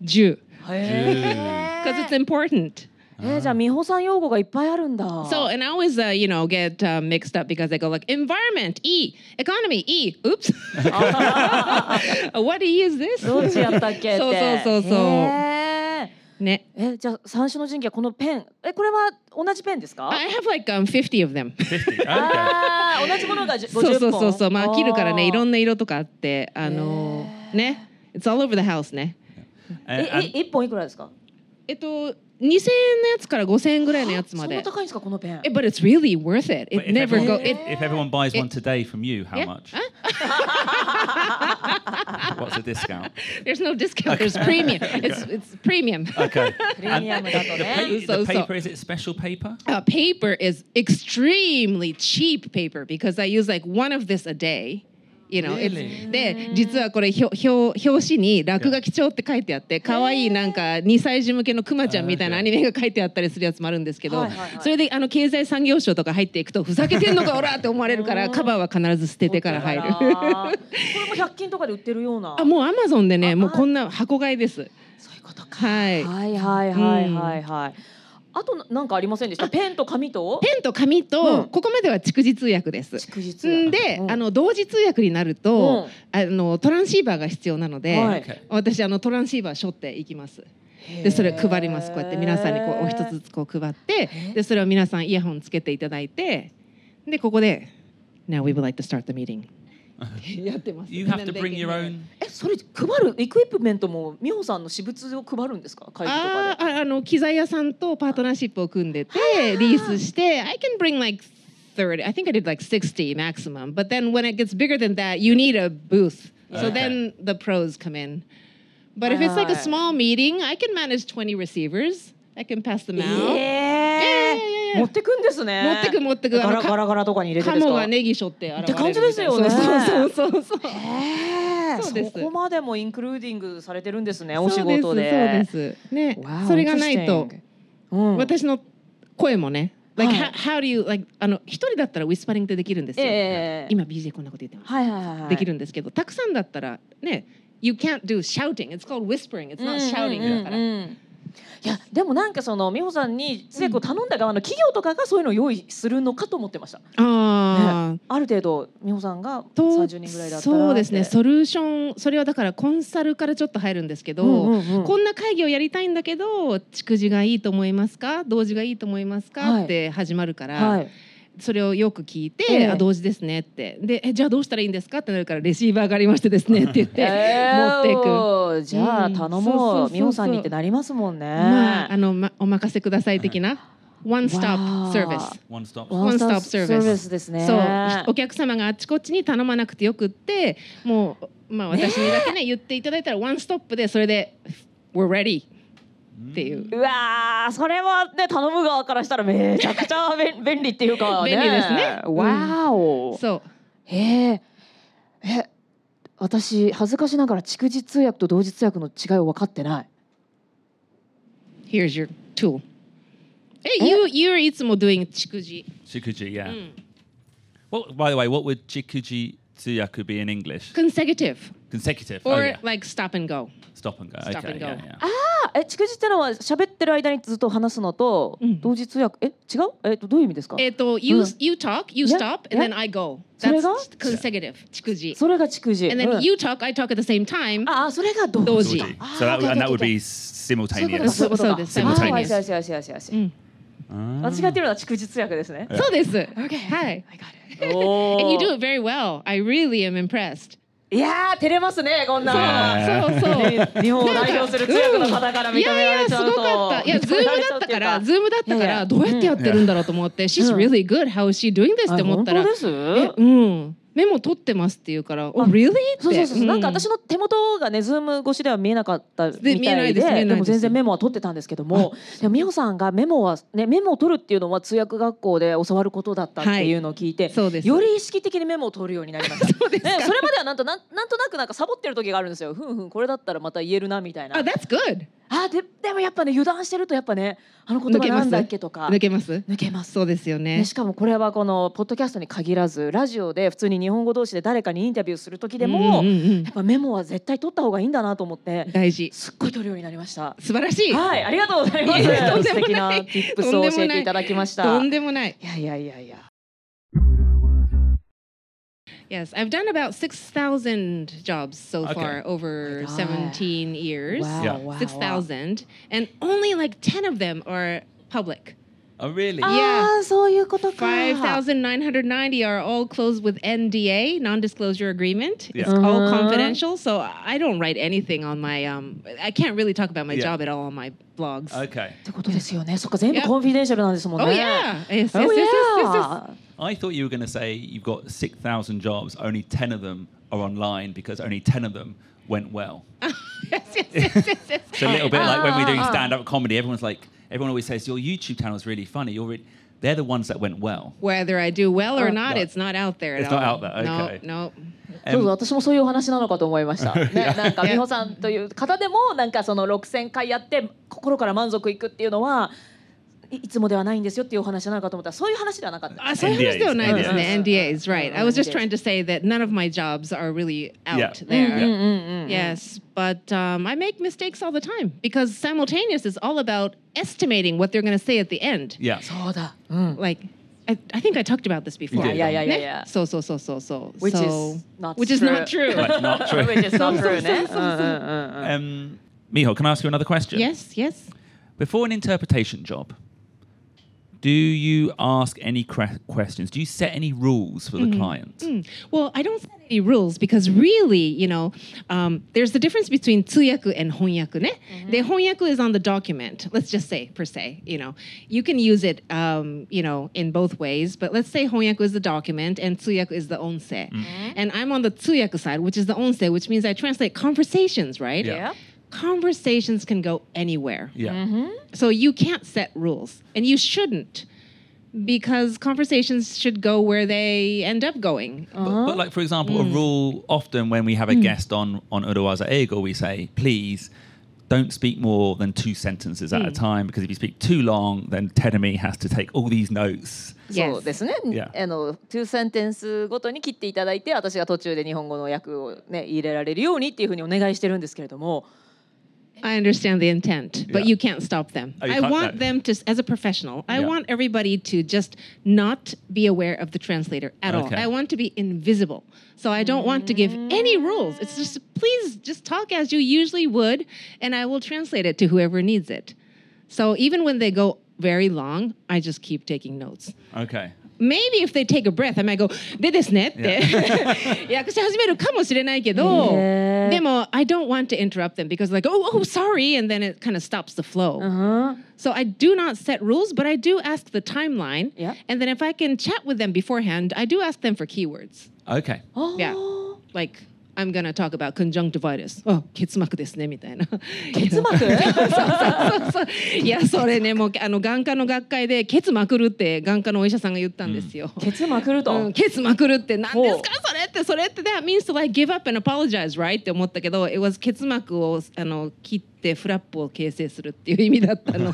Speaker 5: 10
Speaker 2: え。
Speaker 5: because it's important
Speaker 2: えじゃあ美穂さん用語がいっぱいあるんだ。
Speaker 5: so and i always uh, you know get uh, mixed up because i go like environment e economy e oops [laughs] what e is this
Speaker 2: どっちやったっけって。
Speaker 5: そうそうそうそう
Speaker 2: へえ
Speaker 5: ね
Speaker 2: え、じゃあ三種の神器はこのペン。え、これは同じペンですか？
Speaker 5: i have like um, 50 of them [laughs]
Speaker 1: 50.
Speaker 2: Ah. ああ、同じものが50
Speaker 5: そう
Speaker 2: 本。
Speaker 5: そうそうそうまあ切るからねいろ
Speaker 2: ん
Speaker 5: んな色とかあってあの
Speaker 2: へー
Speaker 5: ね uh, it's all over the house ね
Speaker 2: え、え
Speaker 1: Okay.
Speaker 2: 一本いくらですか？
Speaker 5: えっと2000円のやつから5000円ぐらいのやつま
Speaker 2: そん
Speaker 5: で
Speaker 2: な高いんですかこのペン
Speaker 5: え？but Eh, it's really worth it
Speaker 1: But
Speaker 5: it
Speaker 1: if
Speaker 5: never go
Speaker 1: everyone-
Speaker 5: it
Speaker 1: If everyone buys one
Speaker 5: it-
Speaker 1: today from you, how
Speaker 5: Yeah.
Speaker 1: much?
Speaker 5: Huh?
Speaker 1: What's a discount?
Speaker 5: There's no discount.
Speaker 1: [laughs]
Speaker 5: There's premium. It's it's premium.
Speaker 1: Okay. And
Speaker 2: Premium
Speaker 1: the,
Speaker 2: level, yeah.
Speaker 1: pa- the
Speaker 5: So, so.
Speaker 1: paper is it special paper?
Speaker 5: Uh, paper is extremely cheap paper because I use like one of this a day. You know, it's-
Speaker 1: Really?
Speaker 5: で実はこれ表表表紙に落書き帳って書いてあって可愛いなんか2歳児向けのクマちゃんみたいな
Speaker 1: あー
Speaker 5: アニメが書いてあったりするやつもあるんですけど、
Speaker 2: はいはいはい
Speaker 5: それであの経済産業省とか入っていくとふざけてんのかおらって思われるからカバーは必ず捨ててから入る
Speaker 2: これ。も百均とかで売ってるような。
Speaker 5: あもうアマゾンでね
Speaker 2: あ
Speaker 5: もうこんな箱買いです。
Speaker 2: そういうことか。
Speaker 5: はい。
Speaker 2: はいはいはいはいはい。あとななんかありませんでした。ペンと紙と。
Speaker 5: ペンと紙と、
Speaker 2: うん
Speaker 5: ここまでは蓄字通訳です。
Speaker 2: 祝日
Speaker 5: んで、あの同時通訳になると、あのトランシーバーが必要なので、
Speaker 2: はい
Speaker 1: Okay.
Speaker 5: 私あのトランシーバー背負っていきます。でそれ配りますこうやって皆さんにこうお一つずつこう配ってでそれを皆さんイヤホンつけていただいてでここで Now we would like to start the meeting やってます。
Speaker 1: You have to
Speaker 5: And then they
Speaker 1: bring
Speaker 5: can
Speaker 1: your
Speaker 5: hear it.
Speaker 1: own.
Speaker 2: えそれ配るエクイプメントも美穂さんの私物を配るんですか会議とか
Speaker 5: あ
Speaker 2: で。
Speaker 5: ーああの機材屋さんとパートナーシップを組んでてリースして I can bring like 30 I think I did like 60 maximum but then when it gets bigger than that you need a booth so
Speaker 1: Okay.
Speaker 5: then the pros come in but if it's like a
Speaker 2: Right.
Speaker 5: small meeting I can manage 20 receivers I can pass them
Speaker 2: え
Speaker 5: out
Speaker 2: え
Speaker 5: Yeah, yeah, yeah, yeah.
Speaker 2: 持ってくんですね。
Speaker 5: 持ってく持ってく
Speaker 2: ガ
Speaker 5: あ
Speaker 2: ラ
Speaker 5: のか
Speaker 2: ガラガラとかに入れて
Speaker 5: カ
Speaker 2: ですか。
Speaker 5: モがネギしょって現れるみたいな
Speaker 2: って感じですよね
Speaker 5: そうそうそうそう
Speaker 2: へえ
Speaker 5: そう
Speaker 2: そ
Speaker 5: です
Speaker 2: こまでもインクルーディングされてるんですねお仕
Speaker 5: そうです
Speaker 2: 事で。
Speaker 5: そうですね
Speaker 2: Wow,
Speaker 5: それがないと
Speaker 2: interesting うん
Speaker 5: 私の声もね like
Speaker 2: はい
Speaker 5: how, how do you like あの一人だったらウィスパリングってできるんですよ、
Speaker 2: ええ
Speaker 5: 今 BJ こんなこと言ってます、
Speaker 2: はいはいはいはい
Speaker 5: できるんですけどたくさんだったらね You can't do shouting. It's called whispering. It's
Speaker 2: うんうんう
Speaker 5: not
Speaker 2: ん
Speaker 5: shouting. だから。
Speaker 2: うんいやでもなんかその美穂さんに成功頼んだ側の企業とかがそういうのを用意するのかと思ってました
Speaker 5: ああ、
Speaker 2: ある程度美穂さんが
Speaker 5: と
Speaker 2: 30人ぐらいだったら
Speaker 5: そうですね
Speaker 2: って
Speaker 5: ソリューションそれはだからコンサルからちょっと入るんですけど、
Speaker 2: うんうんうん
Speaker 5: こんな会議をやりたいんだけど逐次がいいと思いますか同時がいいと思いますか、
Speaker 2: はい
Speaker 5: って始まるから、
Speaker 2: はい
Speaker 5: それをよく聞いて、
Speaker 2: ええ
Speaker 5: あ同時ですねってでえじゃあどうしたらいいんですかってなるからレシーバーがありましてですねって言って、持っていく
Speaker 2: 持っていくじゃあ頼
Speaker 5: うんそ
Speaker 2: も
Speaker 5: うそうそうそうう
Speaker 2: 美穂さんにってなりますもんね、
Speaker 5: まああの、ま、お任せください的な One Stop
Speaker 2: わ
Speaker 5: Service。
Speaker 1: One stop.
Speaker 2: ワンストッ
Speaker 5: One
Speaker 2: プ
Speaker 5: stop
Speaker 2: サ
Speaker 5: service
Speaker 2: ービスですね
Speaker 5: そうお客様があっちこっちに頼まなくてよくってもう、まあ、私にだけね言っていただいたらワンストップでそれで「We're ready」っていう
Speaker 2: うわーそれはね頼む側からしたらめちゃくちゃ便便利っていうか、ね、
Speaker 5: 便利ですねうん
Speaker 2: わーお、
Speaker 5: そう
Speaker 2: へええ私恥ずかしながら蓄字通訳と同時通訳の違いを分かってない
Speaker 5: Here's your tool え you, You're いつも doing 蓄字、
Speaker 1: Chikuji,
Speaker 5: う
Speaker 1: yeah.
Speaker 5: ん、
Speaker 1: Well, by the way, what would Chikuji Tsuyaku be in English?
Speaker 5: consecutive
Speaker 1: Consecutive.
Speaker 5: or、
Speaker 1: oh, yeah.
Speaker 5: like stop and go
Speaker 1: Stop and go.
Speaker 5: Stop
Speaker 1: okay,
Speaker 5: and go.
Speaker 1: yeah, yeah.
Speaker 2: あえ蓄字ってのは喋ってる間にずっと話すのと、
Speaker 5: うん
Speaker 2: 同時通訳え違うえどういう意味ですか
Speaker 5: えっと you,、
Speaker 2: うん
Speaker 5: you talk you
Speaker 2: ね
Speaker 5: stop and
Speaker 2: ね
Speaker 5: then I go
Speaker 2: それ
Speaker 5: that's
Speaker 2: が
Speaker 5: consecutive 蓄字
Speaker 2: それが蓄字
Speaker 5: and then
Speaker 2: うん
Speaker 5: you talk I talk at the same time
Speaker 2: ああそれが同
Speaker 5: 同時
Speaker 1: Doji.
Speaker 5: Doji.
Speaker 2: Ah,
Speaker 1: So that,
Speaker 2: okay,
Speaker 1: and that
Speaker 2: okay,
Speaker 1: would be
Speaker 2: okay. そういうこと
Speaker 1: simultaneous.
Speaker 2: かそういうこと
Speaker 5: そ
Speaker 2: か
Speaker 5: うです
Speaker 2: あー
Speaker 1: simultaneous
Speaker 2: よしよしよしよしよし
Speaker 5: うん
Speaker 2: 私がやってるのは蓄字通訳です
Speaker 5: [laughs]
Speaker 2: ね
Speaker 5: そうですはい
Speaker 2: I got it
Speaker 5: And you do it very well I really am impressed
Speaker 2: いやー照れますねこんな
Speaker 1: そう
Speaker 2: の
Speaker 5: そう
Speaker 2: [laughs]
Speaker 5: そう
Speaker 2: 日本を代表する通訳の方から認められちゃうと
Speaker 5: いやいやすごかったいやズームだった
Speaker 2: [laughs]
Speaker 5: からズームだった
Speaker 2: い
Speaker 5: か
Speaker 2: やいや
Speaker 5: らどうやってやってるんだろうと思って「She's really good how is she doing this」って思ったら
Speaker 2: あ
Speaker 5: 「
Speaker 2: 本当です
Speaker 5: えうんメモ取ってます」って言うから「Oh really?」って
Speaker 2: そうそうそう、なんか私
Speaker 5: の
Speaker 2: の手元がねズーム越しでは見えなかったみたいで
Speaker 5: 見えないです見えないです
Speaker 2: も全然メモは取ってたんですけどもでも美穂さんがメモはねメモを取るっていうのは通訳学校で教わることだったっていうのを聞いて、
Speaker 5: そうです
Speaker 2: より意識的にメモを取るようになりました。
Speaker 5: そうですか
Speaker 2: ね、 [laughs] それまではなんとなんなんとなくなんかサボってる時があるんですよ。ふんふんこれだったらまた言えるなみたいな。
Speaker 5: あ That's good
Speaker 2: あででもやっぱね油断してるとやっぱねあの言葉なんだっけとか
Speaker 5: 抜けます
Speaker 2: 抜けます。
Speaker 5: そうですよ
Speaker 2: ね
Speaker 5: ね
Speaker 2: しかもこれはこのポッドキャストに限らずラジオで普通に日本語同士で誰かにインタビューする時でも、
Speaker 5: うんうんうん
Speaker 2: やっぱメモは絶対取った方がいいんだなと思って [laughs]
Speaker 5: 大事
Speaker 2: すっごい取るようになりました。
Speaker 5: 素晴らしい
Speaker 2: はい、ありがとうございま
Speaker 5: いや [laughs] と
Speaker 2: す。
Speaker 5: んで
Speaker 2: 素
Speaker 5: も
Speaker 2: 敵
Speaker 5: な
Speaker 2: ない tips を教えていただきました。
Speaker 5: とん
Speaker 2: い
Speaker 5: でもない
Speaker 2: やいやいやいや。
Speaker 5: Yes I've done about 6,000 jobs so
Speaker 1: Okay.
Speaker 5: far over
Speaker 2: my God.
Speaker 5: 17 years
Speaker 2: Wow,
Speaker 1: Yeah.
Speaker 2: wow, wow.
Speaker 5: 6,000 and only like 10 of them are public
Speaker 1: Oh, really?
Speaker 2: ああ、そういうことか。
Speaker 5: 5,990 are all closed with NDA, non-disclosure agreement. It's
Speaker 1: Yeah.
Speaker 5: all
Speaker 2: Mhm.
Speaker 5: confidential, so I don't write anything on my um I can't really talk about my
Speaker 1: Yeah.
Speaker 5: job at all on my blogs.
Speaker 1: Okay.
Speaker 2: ってことですよね。そっか、全部
Speaker 5: Yeah.
Speaker 2: コンフィデンシャルなんですもん
Speaker 5: oh
Speaker 2: ね。
Speaker 5: yeah. Yes, yes,
Speaker 2: Oh,
Speaker 5: yes, yes, yes, yes.
Speaker 2: yeah.
Speaker 1: I thought you were going to say you've got 6,000 jobs, only 10 of them are online because only 10 of them went well.
Speaker 5: [laughs] yes, yes, yes, yes, yes.
Speaker 1: [laughs] It's a little bit like when we're doing
Speaker 2: Ah, ah.
Speaker 1: stand up comedy, everyone's like, everyone always says, Your YouTube channel's really funny. You're really, they're the ones that went well.
Speaker 5: Whether I do well or
Speaker 2: Oh,
Speaker 5: not,
Speaker 1: Uh, no.
Speaker 5: it's not out there at
Speaker 1: It's
Speaker 5: all.
Speaker 1: not out there, okay.
Speaker 2: そ
Speaker 5: No, no.
Speaker 2: うそう
Speaker 1: Um,
Speaker 2: 私もそういうお話なのかと思い
Speaker 1: [laughs]
Speaker 2: ました。ね、なんか美穂さんという方でもなんかその6,000回やって心から満足いくっていうのはいいつもではないんですよっていうお話なのかと思ったらそういう話ではなかった。
Speaker 5: Uh, so NDAs,
Speaker 1: NDAs,
Speaker 5: NDAs. NDAs, right. I was
Speaker 2: NDAs.
Speaker 5: just trying to say that none of my jobs are really out
Speaker 1: Yeah.
Speaker 5: there.
Speaker 1: Mm,
Speaker 2: Mm-hmm.
Speaker 1: mm,
Speaker 5: Yes, but um, I make mistakes all the time because simultaneous is all about estimating what they're going to say at the end.
Speaker 1: yeah.
Speaker 2: そうだ。うん。
Speaker 5: Like, I, I think I talked about this before.
Speaker 1: did.
Speaker 2: Yeah, yeah, yeah,
Speaker 5: Ne?
Speaker 2: yeah.
Speaker 5: So, so, so, so, so.
Speaker 2: Which
Speaker 5: so,
Speaker 2: is not
Speaker 5: which is
Speaker 2: true.
Speaker 5: not true.
Speaker 1: Right, not true.
Speaker 2: [laughs] Which is not true ね。
Speaker 1: Um, Miho, can I ask you another question?
Speaker 5: yes, yes.
Speaker 1: Before an interpretation job, do you ask any cre- questions? Do you set any rules for the
Speaker 5: Mm.
Speaker 1: client?
Speaker 5: Well, I don't set any rules because really, you know, um, there's the difference between 通訳 and 翻訳 ne? The 翻訳 is on the document, let's just say, per se. You know, you can use it, um, you know, in both ways, but let's say 翻訳 is the document and 通訳 is the onse. And I'm on the 通訳 side, which is the onse, which means I translate conversations, right?
Speaker 1: Yeah.
Speaker 2: Yeah.
Speaker 5: Conversations can go anywhere.
Speaker 1: Yeah.
Speaker 5: So you can't set rules, and you shouldn't, because conversations should go where they end up going.
Speaker 1: But, but like for example, a rule often when we have a guest on on Uruwaza Ego, we say please don't speak more than two sentences at a time because if you speak too long, then Tenemy has to take all these notes.
Speaker 2: そうですね。
Speaker 1: Yeah.
Speaker 2: あの two sentence ごとに切っていただいて、私が途中で日本語の訳をね入れられるようにっていうふうにお願いしてるんですけれども、
Speaker 5: I understand the intent, but
Speaker 1: Yeah.
Speaker 5: you can't stop them.
Speaker 1: Oh, you
Speaker 5: I
Speaker 1: can't-
Speaker 5: want
Speaker 1: no.
Speaker 5: them to, as a professional, I
Speaker 1: Yeah.
Speaker 5: want everybody to just not be aware of the translator at
Speaker 1: Okay.
Speaker 5: all. I want to be invisible. So I don't want to give any rules. It's just, please just talk as you usually would, and I will translate it to whoever needs it. So even when they go very long, I just keep taking notes.
Speaker 1: Okay.
Speaker 5: Maybe if they take a breath, I might go, でですね [laughs] って、訳し始めるかもしれないけど、
Speaker 2: へー
Speaker 5: でも、I don't want to interrupt them because like, oh, oh, sorry, and then it kind of stops the flow.、So
Speaker 2: Uh-huh.
Speaker 5: I do not set rules, but I do ask the timeline.
Speaker 2: Yeah.
Speaker 5: And then if I can chat with them beforehand, I do ask them for keywords.
Speaker 1: Okay.
Speaker 2: あー
Speaker 5: Yeah. Like, I'm gonna talk about conjunctivitis. "Oh, あ、結膜ですねみたい [laughs] な。結
Speaker 2: 膜
Speaker 5: そうそうそうそう。いや、それね、もうあの眼科の学会で結膜るって眼科のお医者さんが言ったんですよ。
Speaker 2: ケツまくると。
Speaker 5: うん、ケツまくるって何です
Speaker 2: ほ
Speaker 5: かそれってそれって That means to like give up and apologize right? って思ったけど It was ケツ膜をあの切ってフラップを形成するっていう意味だった
Speaker 2: [laughs]
Speaker 5: の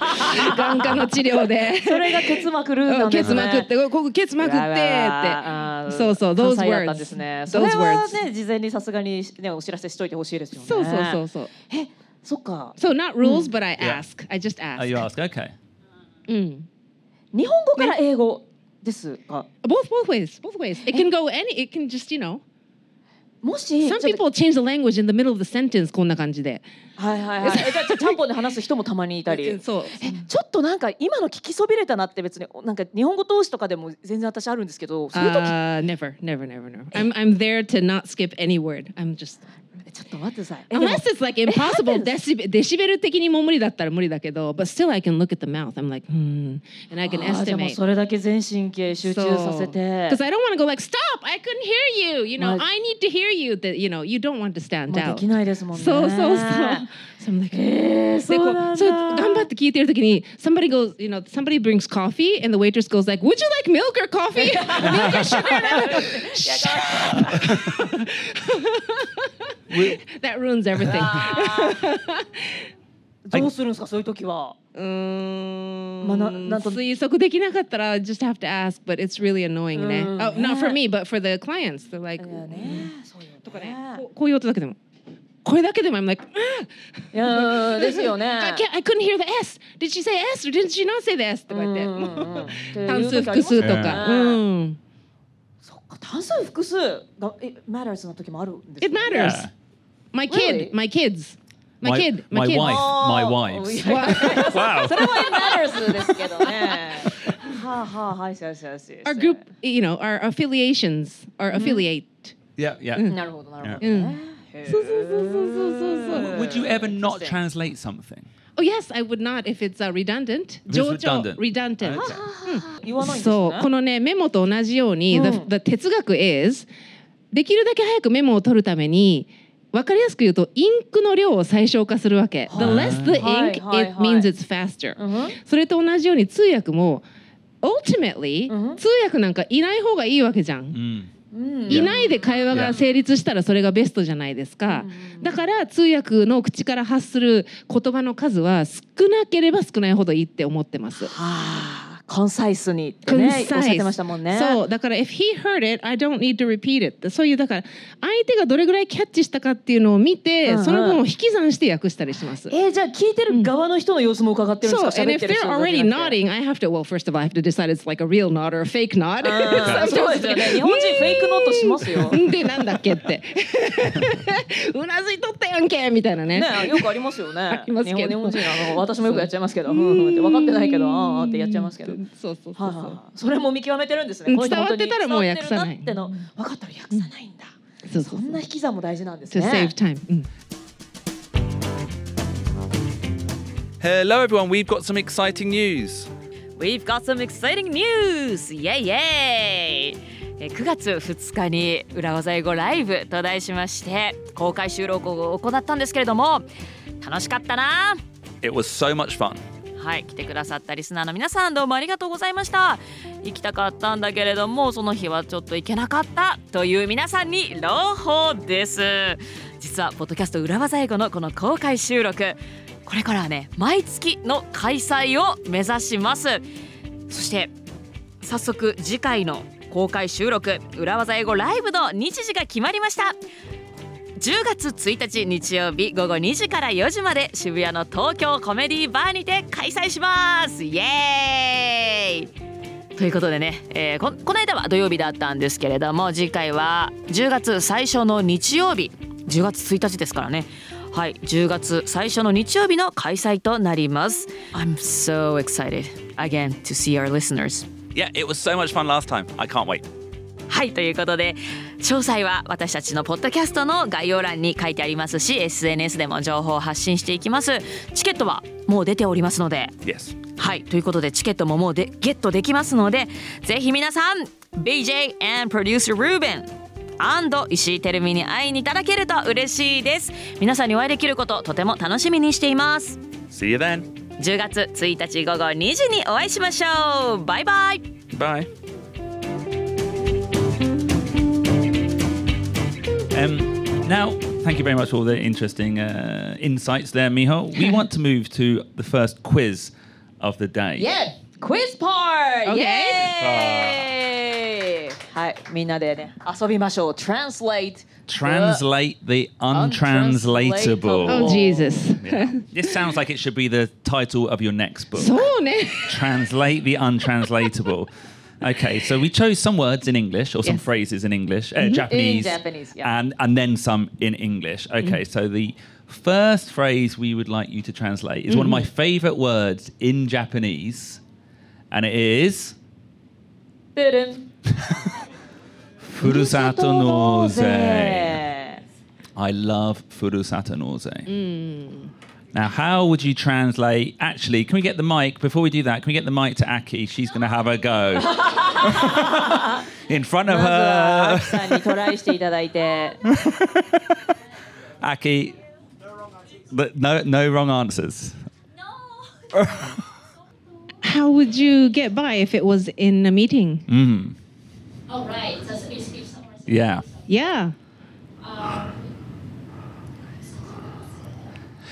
Speaker 5: 眼科の治療で
Speaker 2: それがケツまくる
Speaker 5: う
Speaker 2: なんんで
Speaker 5: ケ
Speaker 2: す
Speaker 5: ツ
Speaker 2: ね。
Speaker 5: まくってここケツまくって
Speaker 2: あー
Speaker 5: ってそうそう those
Speaker 2: 関西だったんです
Speaker 5: words
Speaker 2: ね。そ
Speaker 5: those
Speaker 2: れは
Speaker 5: words
Speaker 2: ね事前にさすがにねお知らせしといてほしいですよね。
Speaker 5: そうそうそう。そう
Speaker 2: え、そっか。
Speaker 5: So not rules but I
Speaker 1: Yeah.
Speaker 5: ask I just
Speaker 1: Oh, you
Speaker 5: ask
Speaker 1: ask. Okay.
Speaker 5: うん
Speaker 2: 日本語から英語ですか。
Speaker 5: Both both ways both ways It can go any it can just you know
Speaker 2: もし
Speaker 5: Some
Speaker 2: ちょっと
Speaker 5: people change the language in the middle of the sentence こんな感じで
Speaker 2: はいはい [laughs] はい。えじゃあちゃんぽんで話す人もたまにいた [laughs] り。
Speaker 5: そう
Speaker 2: えちょっとなんか今の聞きそびれたなって別になんか日本語通しとかでも全然私あるんですけどそういう時、
Speaker 5: Uh, never, never, never, never. I'm, I'm there to not skip any word. I'm just
Speaker 2: ちょっと待ってさえでも
Speaker 5: unless it's like impossible.
Speaker 2: happens.
Speaker 5: Decibel, デシベル的にもう無理だったら無理だけど、but still I can look at the mouth. I'm like, hmm,
Speaker 2: [gasps]
Speaker 5: and I can
Speaker 2: あーでも
Speaker 5: estimate.
Speaker 2: それだけ全神経集中させて
Speaker 5: because I don't want to go like stop. I couldn't hear you. You know,
Speaker 2: まあ
Speaker 5: I need to hear you. That you know, you don't want to stand
Speaker 2: もうで
Speaker 5: out.
Speaker 2: きないですもんね
Speaker 5: そうそうそう。So I'm like,
Speaker 2: えー、
Speaker 5: で
Speaker 2: そ
Speaker 5: こ
Speaker 2: う
Speaker 5: う
Speaker 2: なんだ
Speaker 5: そう頑張って聞いてる時に somebody goes you know somebody brings coffee and the waitress goes like would you like milk or coffee [laughs] milk or sugar [laughs] Shut up. [laughs] that ruins everything [laughs]
Speaker 2: どうするんですかそういう時は
Speaker 5: うーん
Speaker 2: まあななんと
Speaker 5: 推測できなかったら just have to ask but it's really annoying ね、
Speaker 2: うん
Speaker 5: oh, not for me but for the clients they're like
Speaker 2: そういう
Speaker 5: とかねこうこういう音だけでもこれだけでも I'm like "Ah!"
Speaker 2: いやーですよね
Speaker 5: [laughs] I, can't, I couldn't hear the S did she say S or did she not say the S
Speaker 2: [laughs]
Speaker 5: とか言って、
Speaker 2: うん
Speaker 5: [laughs]
Speaker 2: うんうん
Speaker 5: 単数複数とか。
Speaker 2: うん
Speaker 5: うん。
Speaker 2: そっか単数複数がえ matters の時もあるんです
Speaker 5: It
Speaker 2: ね
Speaker 5: matters. My
Speaker 2: Really?
Speaker 5: kid, my kids, my kid,
Speaker 1: my
Speaker 5: my kid.
Speaker 1: wife, my
Speaker 2: あー
Speaker 1: wives.
Speaker 2: いや
Speaker 1: Wow.
Speaker 2: [laughs] それは it matters ですけど
Speaker 5: [laughs]
Speaker 2: ね。はあはあはいしよしよしよし。
Speaker 5: Our group, you know, our affiliations, our affiliate.
Speaker 1: [laughs] Yeah,
Speaker 5: Mm.
Speaker 1: yeah.
Speaker 2: なるほどなるほど
Speaker 5: う
Speaker 2: ね。
Speaker 5: ん。そうそうそうそうそうそうそう。
Speaker 1: Would you ever not
Speaker 2: Interesting.
Speaker 1: translate something?
Speaker 5: Oh yes, I would not if it's uh, redundant.
Speaker 1: it's redundant.
Speaker 5: redundant.
Speaker 1: Okay.
Speaker 2: 言わないんですね。
Speaker 5: そうこのねメモと同じように、
Speaker 2: うん
Speaker 5: the, the 哲学 is できるだけ早くメモを取るために分かりやすく言うとインクの量を最小化するわけ。The
Speaker 1: はい
Speaker 5: less the
Speaker 2: はい
Speaker 5: ink,
Speaker 2: はい
Speaker 5: it
Speaker 2: はい
Speaker 5: means it's faster.
Speaker 2: うんふん
Speaker 5: それと同じように通訳も ultimately、
Speaker 2: うん
Speaker 5: 通訳なんかいない方がいいわけじゃん。
Speaker 1: Mm.
Speaker 2: うん
Speaker 5: いないで会話が成立したらそれがベストじゃないですか。だから通訳の口から発する言葉の数は少なければ少ないほどいいって思ってます。
Speaker 2: はあコンサイスにってね
Speaker 5: Concise
Speaker 2: おっしゃってましたもんね。
Speaker 5: そうだから if he heard it I don't need to repeat it そういうだから相手がどれぐらいキャッチしたかっていうのを見て、
Speaker 2: うんうん
Speaker 5: その分を引き算して訳したりします。
Speaker 2: えーじゃあ聞いてる側の人の様子も伺ってるん
Speaker 5: So,
Speaker 2: ですか
Speaker 5: and
Speaker 2: 喋っ
Speaker 5: if
Speaker 2: てる
Speaker 5: they're
Speaker 2: 人
Speaker 5: already
Speaker 2: の時
Speaker 5: nodding, I have to, well, first of all, I have to decide it's like a real nod or a fake
Speaker 2: あ
Speaker 5: nod. [laughs]
Speaker 2: ー
Speaker 5: Sometimes
Speaker 2: そうですよね。日本人フェイクノートしますよ。
Speaker 5: で、なんだっけって。 [laughs] うなずいとったやんけみたいなね。
Speaker 2: ね、よくありますよね。
Speaker 5: ありますけど
Speaker 2: 日本日本人あの私もよくやっちゃいますけど、うんうんって分かってないけど、あーあーってやっちゃいますけど。
Speaker 5: そうそうそ
Speaker 2: は
Speaker 5: う
Speaker 2: いはい
Speaker 5: そ
Speaker 2: はいそれも見極めてるんです
Speaker 5: う
Speaker 2: ね。
Speaker 5: ん
Speaker 2: この人本当に
Speaker 5: 伝わってたらもう訳さない
Speaker 2: 伝わってるなっての分かったら訳さないんだ。
Speaker 5: う。そうそ
Speaker 2: そ
Speaker 5: うん
Speaker 2: な引き算も大事なんです
Speaker 5: To save
Speaker 2: ね。
Speaker 5: time. うん
Speaker 1: Hello, everyone. We've got some exciting news.
Speaker 2: We've got some exciting news! イェイイェイえー9月2日に裏技英語ライブと題しまして公開収録を行ったんですけれども楽しかったな
Speaker 1: It was so much fun.
Speaker 2: はい来てくださったリスナーの皆さんどうもありがとうございました行きたかったんだけれどもその日はちょっと行けなかったという皆さんに朗報です実はポッドキャスト裏技英語のこの公開収録これからはね毎月の開催を目指しますそして早速次回の公開収録裏技英語ライブの日時が決まりました10月1日日曜日午後2時から4時まで渋谷の東京コメディバーにて開催しますイエーイということでね、えーここの間は土曜日だったんですけれども次回は10月最初の日曜日10月1日ですからねはい10月最初の日曜日の開催となります I'm so excited again to see our listeners
Speaker 1: Yeah, it was so much fun last time. I can't wait.
Speaker 2: はいということで詳細は私たちのポッドキャストの概要欄に書いてありますし SNS でも情報を発信していきますチケットはもう出ておりますので
Speaker 1: Yes.
Speaker 2: はいということでチケットももうでゲットできますのでぜひ皆さん BJ and producer Ruben and 石井てるみに会いにいただけると嬉しいです皆さんにお会いできることとても楽しみにしています
Speaker 1: See you then.
Speaker 2: 10月1日午後2時にお会いしましょうバイバイ
Speaker 1: Bye. Um, now, thank you very much for all the interesting uh, insights there, Miho. We want to move to the first quiz of the day.
Speaker 2: Yes! Quiz part!
Speaker 5: Okay.
Speaker 1: Ah.
Speaker 2: Yay! はい、みんなでね、遊びましょう。Translate.
Speaker 1: Translate the untranslatable.
Speaker 5: Oh, Jesus.
Speaker 1: Yeah. This sounds like it should be the title of your next book.
Speaker 5: [laughs] そうね。
Speaker 1: translate the untranslatable. Okay, so we chose some words in English or some
Speaker 5: Yes.
Speaker 1: phrases in English, uh, Japanese,
Speaker 2: In Japanese, yeah.
Speaker 1: and and then some in English. Okay, so the first phrase we would like you to translate is one of my favorite words in Japanese, and it is
Speaker 2: てるん。
Speaker 1: furusato noze.
Speaker 2: ぜ
Speaker 1: I love furusato noze.
Speaker 2: Mm.
Speaker 1: Now, how would you translate? Actually, can we get the mic before we do that? Can we get the mic to Aki? She's going to have a
Speaker 2: [laughs]
Speaker 1: go in front of
Speaker 2: まずは、アキ
Speaker 1: her.
Speaker 2: さんにトライしていただいて。
Speaker 1: [laughs] Aki, but no, no wrong answers.
Speaker 4: No.
Speaker 5: How would you get by if it was in a meeting?
Speaker 1: Mm.
Speaker 4: All Oh, right. So speak, speak somewhere. speak
Speaker 1: Yeah.
Speaker 4: somewhere.
Speaker 5: Yeah.
Speaker 4: Um,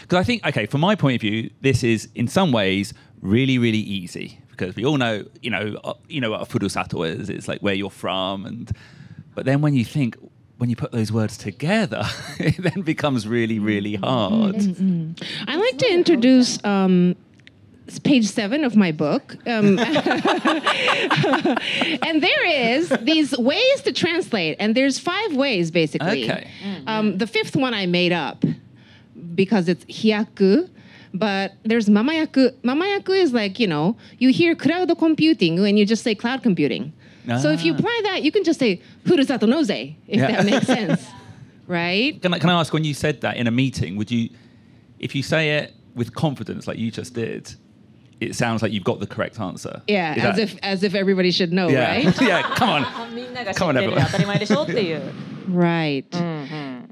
Speaker 1: Because I think, okay, from my point of view, this is in some ways really, really easy because we all know, you know, uh, you know what a furusato is. It's like where you're from, and but then when you think, when you put those words together, [laughs] it then becomes really, really hard.
Speaker 5: I like to introduce um, s- page seven of my book. Um, [laughs] and there is these ways to translate, and there's five ways basically.
Speaker 1: Okay.
Speaker 5: Um, the fifth one I made up because it's hiyaku. But there's mamayaku. Mamayaku is like, you know, you hear cloud computing and you just say cloud computing. So if you
Speaker 1: Ah.
Speaker 5: apply that, you can just say furusato noze, if
Speaker 1: Yeah.
Speaker 5: that
Speaker 1: [laughs]
Speaker 5: makes sense. right?
Speaker 1: Can I, can I ask, when you said that in a meeting, would you, if you say it with confidence like you just did, it sounds like you've got the correct answer.
Speaker 5: Yeah,
Speaker 1: Is
Speaker 5: as
Speaker 1: that-
Speaker 5: if as if everybody should know,
Speaker 1: Yeah,
Speaker 5: right?
Speaker 1: [laughs] yeah. Come
Speaker 5: [laughs]
Speaker 1: on.
Speaker 2: みんなが知ってる
Speaker 1: Come on, everyone.
Speaker 2: 当たり前でしょっ
Speaker 1: [laughs]
Speaker 2: ていう。
Speaker 5: right.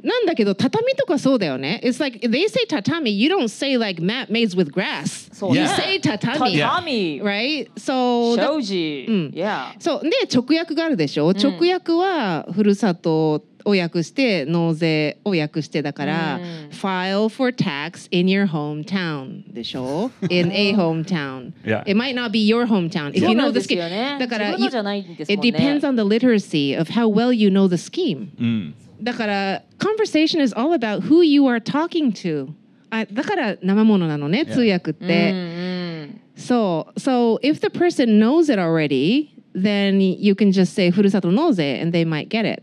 Speaker 5: なんだけど畳とかそうだよね。It's like they say tatami, you don't say like mat maids with grass.
Speaker 2: そうね
Speaker 5: You say tatami,
Speaker 2: 畳、
Speaker 5: right? So
Speaker 2: 障子、
Speaker 5: that- うん
Speaker 2: Yeah.
Speaker 5: そうで直訳があるでしょ。直訳はふるさとを訳して納税を訳してだから、
Speaker 2: うん
Speaker 5: file for tax in your hometown でしょ。in
Speaker 2: [laughs]
Speaker 5: a hometown.
Speaker 1: Yeah.
Speaker 5: It might not be your hometown. If
Speaker 2: そう
Speaker 5: you
Speaker 2: な
Speaker 5: know
Speaker 2: んで
Speaker 5: the
Speaker 2: すよ
Speaker 5: scheme.
Speaker 2: ね。
Speaker 5: だから
Speaker 2: 自分のじゃないんです
Speaker 5: It
Speaker 2: もんね。
Speaker 5: depends on the literacy of how well you know the scheme.
Speaker 1: Mm.
Speaker 5: だから conversation is all about who you are talking to Ah, あだから生ものなのね
Speaker 1: Yeah.
Speaker 5: 通訳っ
Speaker 2: うん
Speaker 5: て、
Speaker 2: うん
Speaker 5: そう so if the person knows it already then you can just say ふるさと納税 and they might get it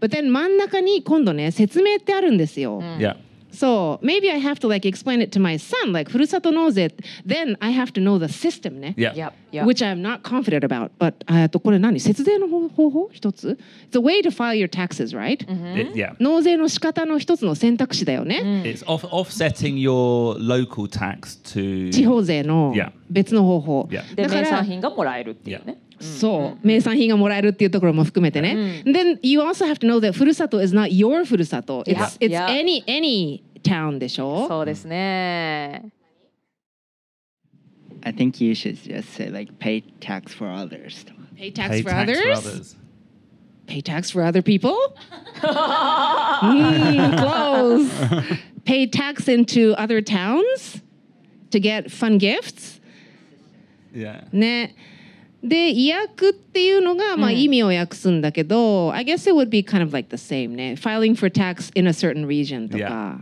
Speaker 5: but then 真ん中に今度ね説明ってあるんですよ、
Speaker 1: Yeah.
Speaker 5: so maybe I have to like explain it to my son like ふるさと納税 then I have to know the system ね
Speaker 1: Yeah.
Speaker 2: Yep, yep.
Speaker 5: which I'm not confident about but えっとこれ何節税の方方法一つ it's a way to file your taxes right、
Speaker 1: It- yeah.
Speaker 5: 納税の仕方の一つの選択肢だよね、
Speaker 1: It's off- offsetting your local tax to.
Speaker 5: 地方税の
Speaker 1: Yeah.
Speaker 5: 別の方法、
Speaker 1: Yeah.
Speaker 2: で
Speaker 5: だか
Speaker 2: 名産
Speaker 5: ら
Speaker 2: 品がもらえるっていうね。
Speaker 5: そう名産品がもらえるっていうところも含めてね、Then you also have to know that ふるさと is not your ふるさと it's, it's
Speaker 2: Yeah.
Speaker 5: any any town でしょ
Speaker 2: そうですね。
Speaker 6: I think you should just say like pay tax for others.
Speaker 1: Pay
Speaker 5: pay tax for
Speaker 1: tax for
Speaker 5: others
Speaker 1: others.
Speaker 5: pay tax for other people Mm, close. Pay tax into other towns to get fun gifts.
Speaker 1: Yeah.
Speaker 5: ね。で、意訳っていうのが、まあ、意味を訳すんだけど、I guess it would be kind of like the same ね。Filing for tax in a certain region とか。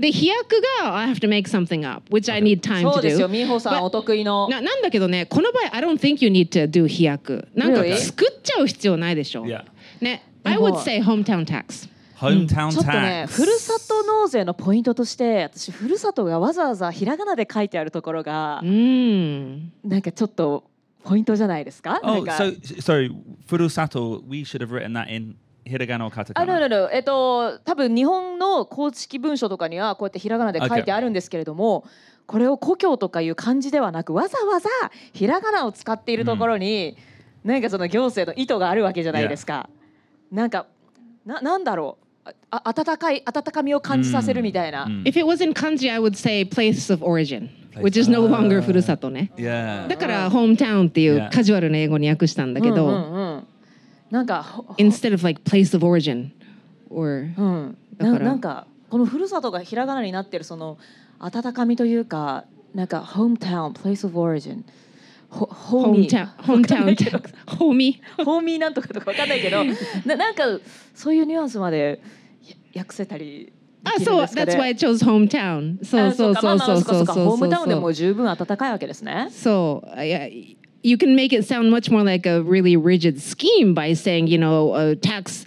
Speaker 5: で、飛躍が、I have to make something up, which I need time
Speaker 7: そう
Speaker 5: to
Speaker 7: ですよ
Speaker 5: do.
Speaker 7: 美穂さん
Speaker 5: But-
Speaker 7: お得意の
Speaker 5: ななんだけどね、この場合、I don't think you need to do 飛躍。なんか
Speaker 7: Really？
Speaker 5: 作っちゃう必要ないでしょ。
Speaker 1: Yeah.
Speaker 5: ね。I would say hometown tax.
Speaker 1: Hometown
Speaker 7: ちょっとね
Speaker 1: tax.
Speaker 7: ふるさと納税のポイントとして私ふるさとがわざわざひらがなで書いてあるところが
Speaker 1: Mm.
Speaker 5: うん。
Speaker 7: なんかちょっとポイントじゃないですかな
Speaker 1: Oh,
Speaker 7: んか
Speaker 1: so sorry, furusato. We should have written that in hiragana or
Speaker 7: あ、no,
Speaker 1: katakana.
Speaker 7: no, no. えっと、多分日本の公式文書とかにはこうやってひらがなで書いてあるんですけれども、これを故郷とかいう漢字ではなく、わざわざひらがなを使っているところに、なんかその行政の意図があるわけじゃないですか。なんか、ななんだろう。ああ温かい温かみを感じさせるみたいな。
Speaker 1: Mm.
Speaker 5: If it was in kanji, I would say place of origin, which is no
Speaker 1: あー
Speaker 5: longer ふるさとね。
Speaker 1: Yeah.
Speaker 5: だから、ホームタウンっていう
Speaker 1: Yeah.
Speaker 5: カジュアルな英語に訳したんだけど、
Speaker 7: うんうんうんなんか、ほ
Speaker 5: instead of like place of origin or
Speaker 7: うん、
Speaker 5: だ
Speaker 7: な
Speaker 5: から
Speaker 7: なんかこのふるさとがひらがなになってるその温かみというかなんか hometown place of origin ホホーミー
Speaker 5: hometown
Speaker 7: [laughs]
Speaker 5: hometown tax homie
Speaker 7: ホーミーなんとかとかわかんないけど
Speaker 5: [laughs]
Speaker 7: ななんかそういうニュアンスまでや訳せたりで
Speaker 5: あ
Speaker 7: きるん
Speaker 5: そう
Speaker 7: ですか
Speaker 5: Ah, that's why
Speaker 7: ね
Speaker 5: I chose hometown そう
Speaker 7: あ
Speaker 5: そう
Speaker 7: か
Speaker 5: そう
Speaker 7: まあま
Speaker 5: そ
Speaker 7: あ
Speaker 5: う
Speaker 7: そっか
Speaker 5: そ
Speaker 7: そっ
Speaker 5: う
Speaker 7: か
Speaker 5: そう
Speaker 7: ホームタウンで
Speaker 5: そ
Speaker 7: も
Speaker 5: う
Speaker 7: 十分温かいわけですね
Speaker 5: そう I- I- You can make it sound much more like a really rigid scheme by saying, you know, a tax,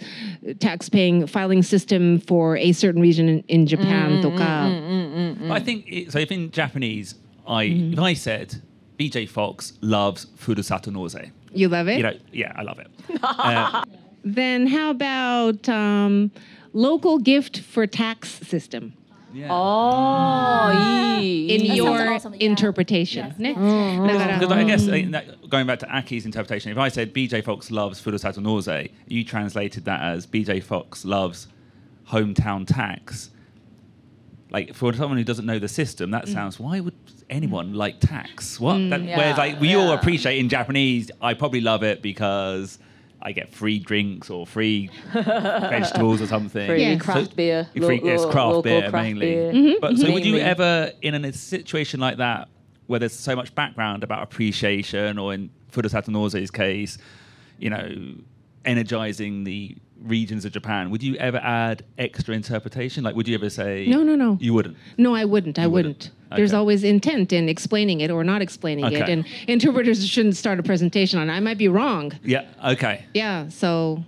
Speaker 5: tax paying filing system for a certain region in, in Japan とか。Mm.
Speaker 1: But I think it, so. If in Japanese, I
Speaker 5: Mm-hmm.
Speaker 1: if I said BJ Fox loves furusato noze,
Speaker 5: You love it?
Speaker 1: you know, yeah, I
Speaker 5: [laughs]
Speaker 1: love it. Uh,
Speaker 5: Then how about um, local gift for tax system
Speaker 1: yeah.
Speaker 5: Oh.
Speaker 7: ああいい
Speaker 5: in
Speaker 7: いい
Speaker 5: your
Speaker 4: sounds awesome, yeah.
Speaker 5: interpretation? ね
Speaker 1: Because I guess I think that, going back to Aki's interpretation, if I said BJ Fox loves Furusato Noze, you translated that as BJ Fox loves hometown tax. Like for someone who doesn't know the system, that sounds. Why would anyone like tax? What? that, whereas
Speaker 7: Yeah,
Speaker 1: like we all
Speaker 7: yeah.
Speaker 1: appreciate in Japanese, I probably love it because I get free drinks or free vegetables or something.
Speaker 7: Free
Speaker 5: Yeah.
Speaker 7: craft beer,
Speaker 1: free,
Speaker 7: lo-
Speaker 1: yes,
Speaker 7: lo-
Speaker 1: craft
Speaker 7: local
Speaker 1: beer
Speaker 7: craft
Speaker 1: mainly.
Speaker 7: beer.
Speaker 1: But so, would you
Speaker 7: Mainly.
Speaker 1: ever, in a situation like that, where there's so much background about appreciation, or in Furusato Noze's case, you know, energizing the regions of Japan, would you ever add extra interpretation? Like, would you ever say,
Speaker 5: No, no, no.
Speaker 1: you wouldn't?
Speaker 5: No, I wouldn't. I wouldn't.
Speaker 1: wouldn't?
Speaker 5: There's
Speaker 1: Okay.
Speaker 5: always intent in explaining it or not explaining it,
Speaker 1: Okay.
Speaker 5: and interpreters shouldn't start a presentation on. it. I might be wrong.
Speaker 1: Yeah, okay.
Speaker 5: Yeah. So,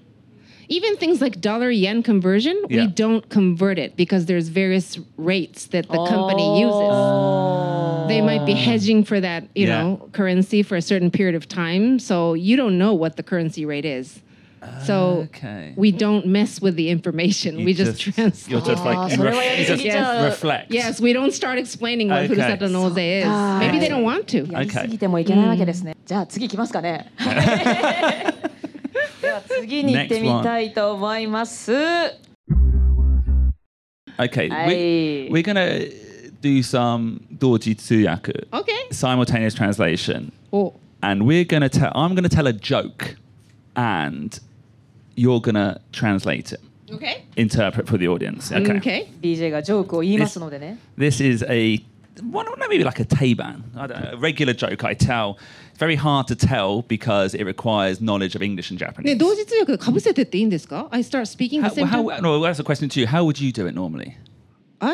Speaker 5: even things like dollar yen conversion, we
Speaker 1: Yeah.
Speaker 5: don't convert it because there's various rates that the company uses. They might be hedging for that, you
Speaker 1: Yeah.
Speaker 5: know, currency for a certain period of time. So you don't know what the currency rate is. So
Speaker 1: Okay.
Speaker 5: we don't mess with the information.
Speaker 1: You
Speaker 5: we just, translate.
Speaker 1: You're just like, you
Speaker 7: so
Speaker 1: ref-
Speaker 7: why
Speaker 1: you
Speaker 7: is
Speaker 1: just
Speaker 7: it, uh,
Speaker 1: reflect.
Speaker 5: [laughs] Yes, we don't start explaining what
Speaker 1: Okay.
Speaker 5: Furusato Noze is. Maybe they don't want to.
Speaker 7: やりす
Speaker 1: Okay.
Speaker 7: ぎてもいけないわけですね。じゃあ次行きます
Speaker 5: [laughs]
Speaker 7: かね。 [laughs] では次に行ってみたいと思います。
Speaker 1: Okay.
Speaker 7: Aye.
Speaker 1: We, are going to do some Doji Tsuyaku,
Speaker 5: Okay.
Speaker 1: simultaneous translation.
Speaker 5: Oh,
Speaker 1: and we're gonna tell. I'm gonna tell a joke, and you're gonna translate it,
Speaker 5: okay.
Speaker 1: interpret for the audience. Okay.
Speaker 5: Okay.
Speaker 7: BJ がジョークを言いますのでね。
Speaker 1: This is a one, maybe like a Taiban, I don't know, a regular joke I tell. It's very hard to tell because it requires knowledge of English and
Speaker 5: ね、
Speaker 1: Japanese.
Speaker 5: 同時通訳かぶせてっていいんですか ?I start speaking the
Speaker 1: how,
Speaker 5: same
Speaker 1: how,
Speaker 5: time.
Speaker 1: no, that's a question to you. How would you do it normally?
Speaker 5: あー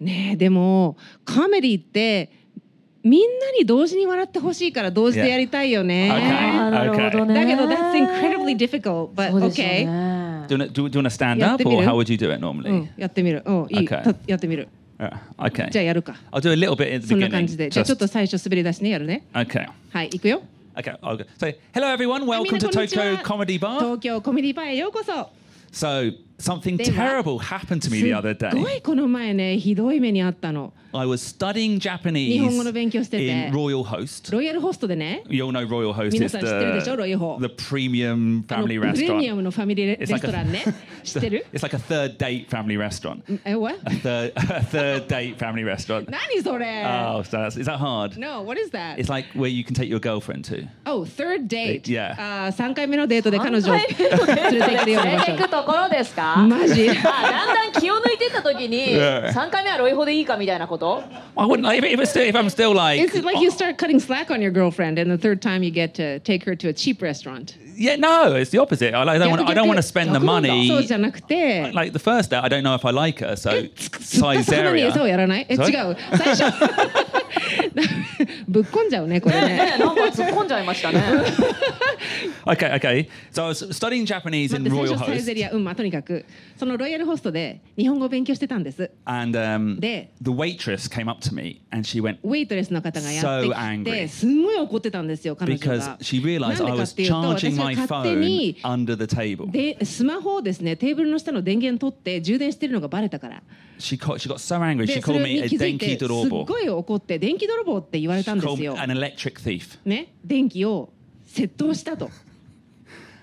Speaker 5: ねえでもカメディってみんなに同時に笑ってほしいから同時でやりたいよね。
Speaker 1: Okay. なるほどね
Speaker 5: だけど、that's incredibly difficult, but
Speaker 7: そうですよ
Speaker 5: okay、
Speaker 7: ね
Speaker 1: Do you, wanna- do, do you want to stand
Speaker 5: Yeah,
Speaker 1: up,
Speaker 5: give me
Speaker 1: or
Speaker 5: the-
Speaker 1: how would you do it
Speaker 5: う
Speaker 1: normally?
Speaker 5: ん、やってみる。うん、いい、
Speaker 1: Okay.
Speaker 5: たやってみる。
Speaker 1: Uh, okay.
Speaker 5: じゃあやるか。
Speaker 1: I'll do a little bit in the
Speaker 5: そんな
Speaker 1: beginning.
Speaker 5: 感じで。じゃあちょっ
Speaker 1: just-
Speaker 5: と最初滑り出しね、やるね。
Speaker 1: okay.
Speaker 5: はい、いくよ。
Speaker 1: Okay. I'll go. So, hello everyone.
Speaker 5: みん
Speaker 1: Welcome
Speaker 5: な
Speaker 1: to
Speaker 5: こんにちは
Speaker 1: Tokyo Comedy Bar.
Speaker 5: 東京コメディバーへようこそ。
Speaker 1: So Something
Speaker 5: They were-
Speaker 1: terrible happened to me the other
Speaker 5: すっご
Speaker 1: day.
Speaker 5: いこの前ねひどい目にあったの
Speaker 1: I was studying
Speaker 5: 日
Speaker 1: Japanese
Speaker 5: 本語の勉強してて
Speaker 1: in Royal Host.
Speaker 5: ロイヤルホストでね
Speaker 1: You all know Royal Host is
Speaker 5: 皆さん知ってるでしょロイヤルホ
Speaker 1: the, the premium
Speaker 5: あ
Speaker 1: family
Speaker 5: のプレミア
Speaker 1: restaurant.
Speaker 5: ムのファミリーレ
Speaker 1: [laughs]
Speaker 5: レ
Speaker 1: It's
Speaker 5: ス
Speaker 1: like
Speaker 5: トランね
Speaker 1: a,
Speaker 5: 知ってる Mm.
Speaker 1: it's like a third date family restaurant.
Speaker 5: え what?
Speaker 1: A third, [laughs] a third date family restaurant.
Speaker 5: 何それ
Speaker 1: Oh, so that's, is that hard?
Speaker 5: No, what is that?
Speaker 1: It's like where you can take your girlfriend to.
Speaker 5: Oh, third date.
Speaker 1: Yeah.
Speaker 5: あー3回目のデートで彼女を連れてきてような
Speaker 2: 連
Speaker 5: 場
Speaker 2: れて
Speaker 5: 所
Speaker 2: いくところです [laughs] か
Speaker 5: [laughs] マジ
Speaker 2: あだんだん気を抜いてった時 [laughs] に
Speaker 1: Yeah.
Speaker 2: 3回目はロイホでいいかみたいなこと
Speaker 1: I wouldn't like if, if, it's still, if I'm still like.
Speaker 5: Is it like you start cutting slack on your girlfriend and the third time you get to take her to a cheap restaurant?
Speaker 1: yeah, no, it's the opposite. I, like- I don't want. I don't want to spend the
Speaker 5: そう
Speaker 1: money.
Speaker 5: じゃなくて。
Speaker 1: Like the first date, I don't know if I like her, so [laughs]
Speaker 5: 釣った魚に
Speaker 1: Caesarea.
Speaker 5: 餌をやらないえ違
Speaker 1: [laughs] Sorry?
Speaker 5: う最 [laughs] 初ぶっこんじゃうねこれね
Speaker 2: ねなんか突っ込んじゃいましたね [laughs]
Speaker 1: Okay, okay. So I was studying Japanese
Speaker 5: 待
Speaker 1: in
Speaker 5: って
Speaker 1: Royal
Speaker 5: 最初サイ
Speaker 1: Host,
Speaker 5: ゼリアうんまあとにかくそのロイヤルホストで日本語を勉強してたんです
Speaker 1: and um,
Speaker 5: There.
Speaker 1: the waitress came up to me and she went
Speaker 5: ウェイトレスの方がやって
Speaker 1: So
Speaker 5: き
Speaker 1: angry.
Speaker 5: てすんごい怒ってたんですよ彼女
Speaker 1: because
Speaker 5: が
Speaker 1: she realised
Speaker 5: なん
Speaker 1: I
Speaker 5: でか
Speaker 1: was
Speaker 5: っていうと
Speaker 1: charging
Speaker 5: 私は
Speaker 1: my
Speaker 5: 勝手
Speaker 1: phone
Speaker 5: に
Speaker 1: under the table.
Speaker 5: でスマホをですねテーブルの下の電源取って充電してるのがバレたから
Speaker 1: She caught, she got so angry.
Speaker 5: で
Speaker 1: She
Speaker 5: そ
Speaker 1: called
Speaker 5: れ
Speaker 1: me
Speaker 5: に
Speaker 1: a
Speaker 5: 気づい
Speaker 1: denki
Speaker 5: てすっ
Speaker 1: dorobo.
Speaker 5: ごい怒って電気泥棒って言われ
Speaker 1: She
Speaker 5: たんで
Speaker 1: called
Speaker 5: す
Speaker 1: me
Speaker 5: よ
Speaker 1: an electric thief.
Speaker 5: ね電気を窃盗したと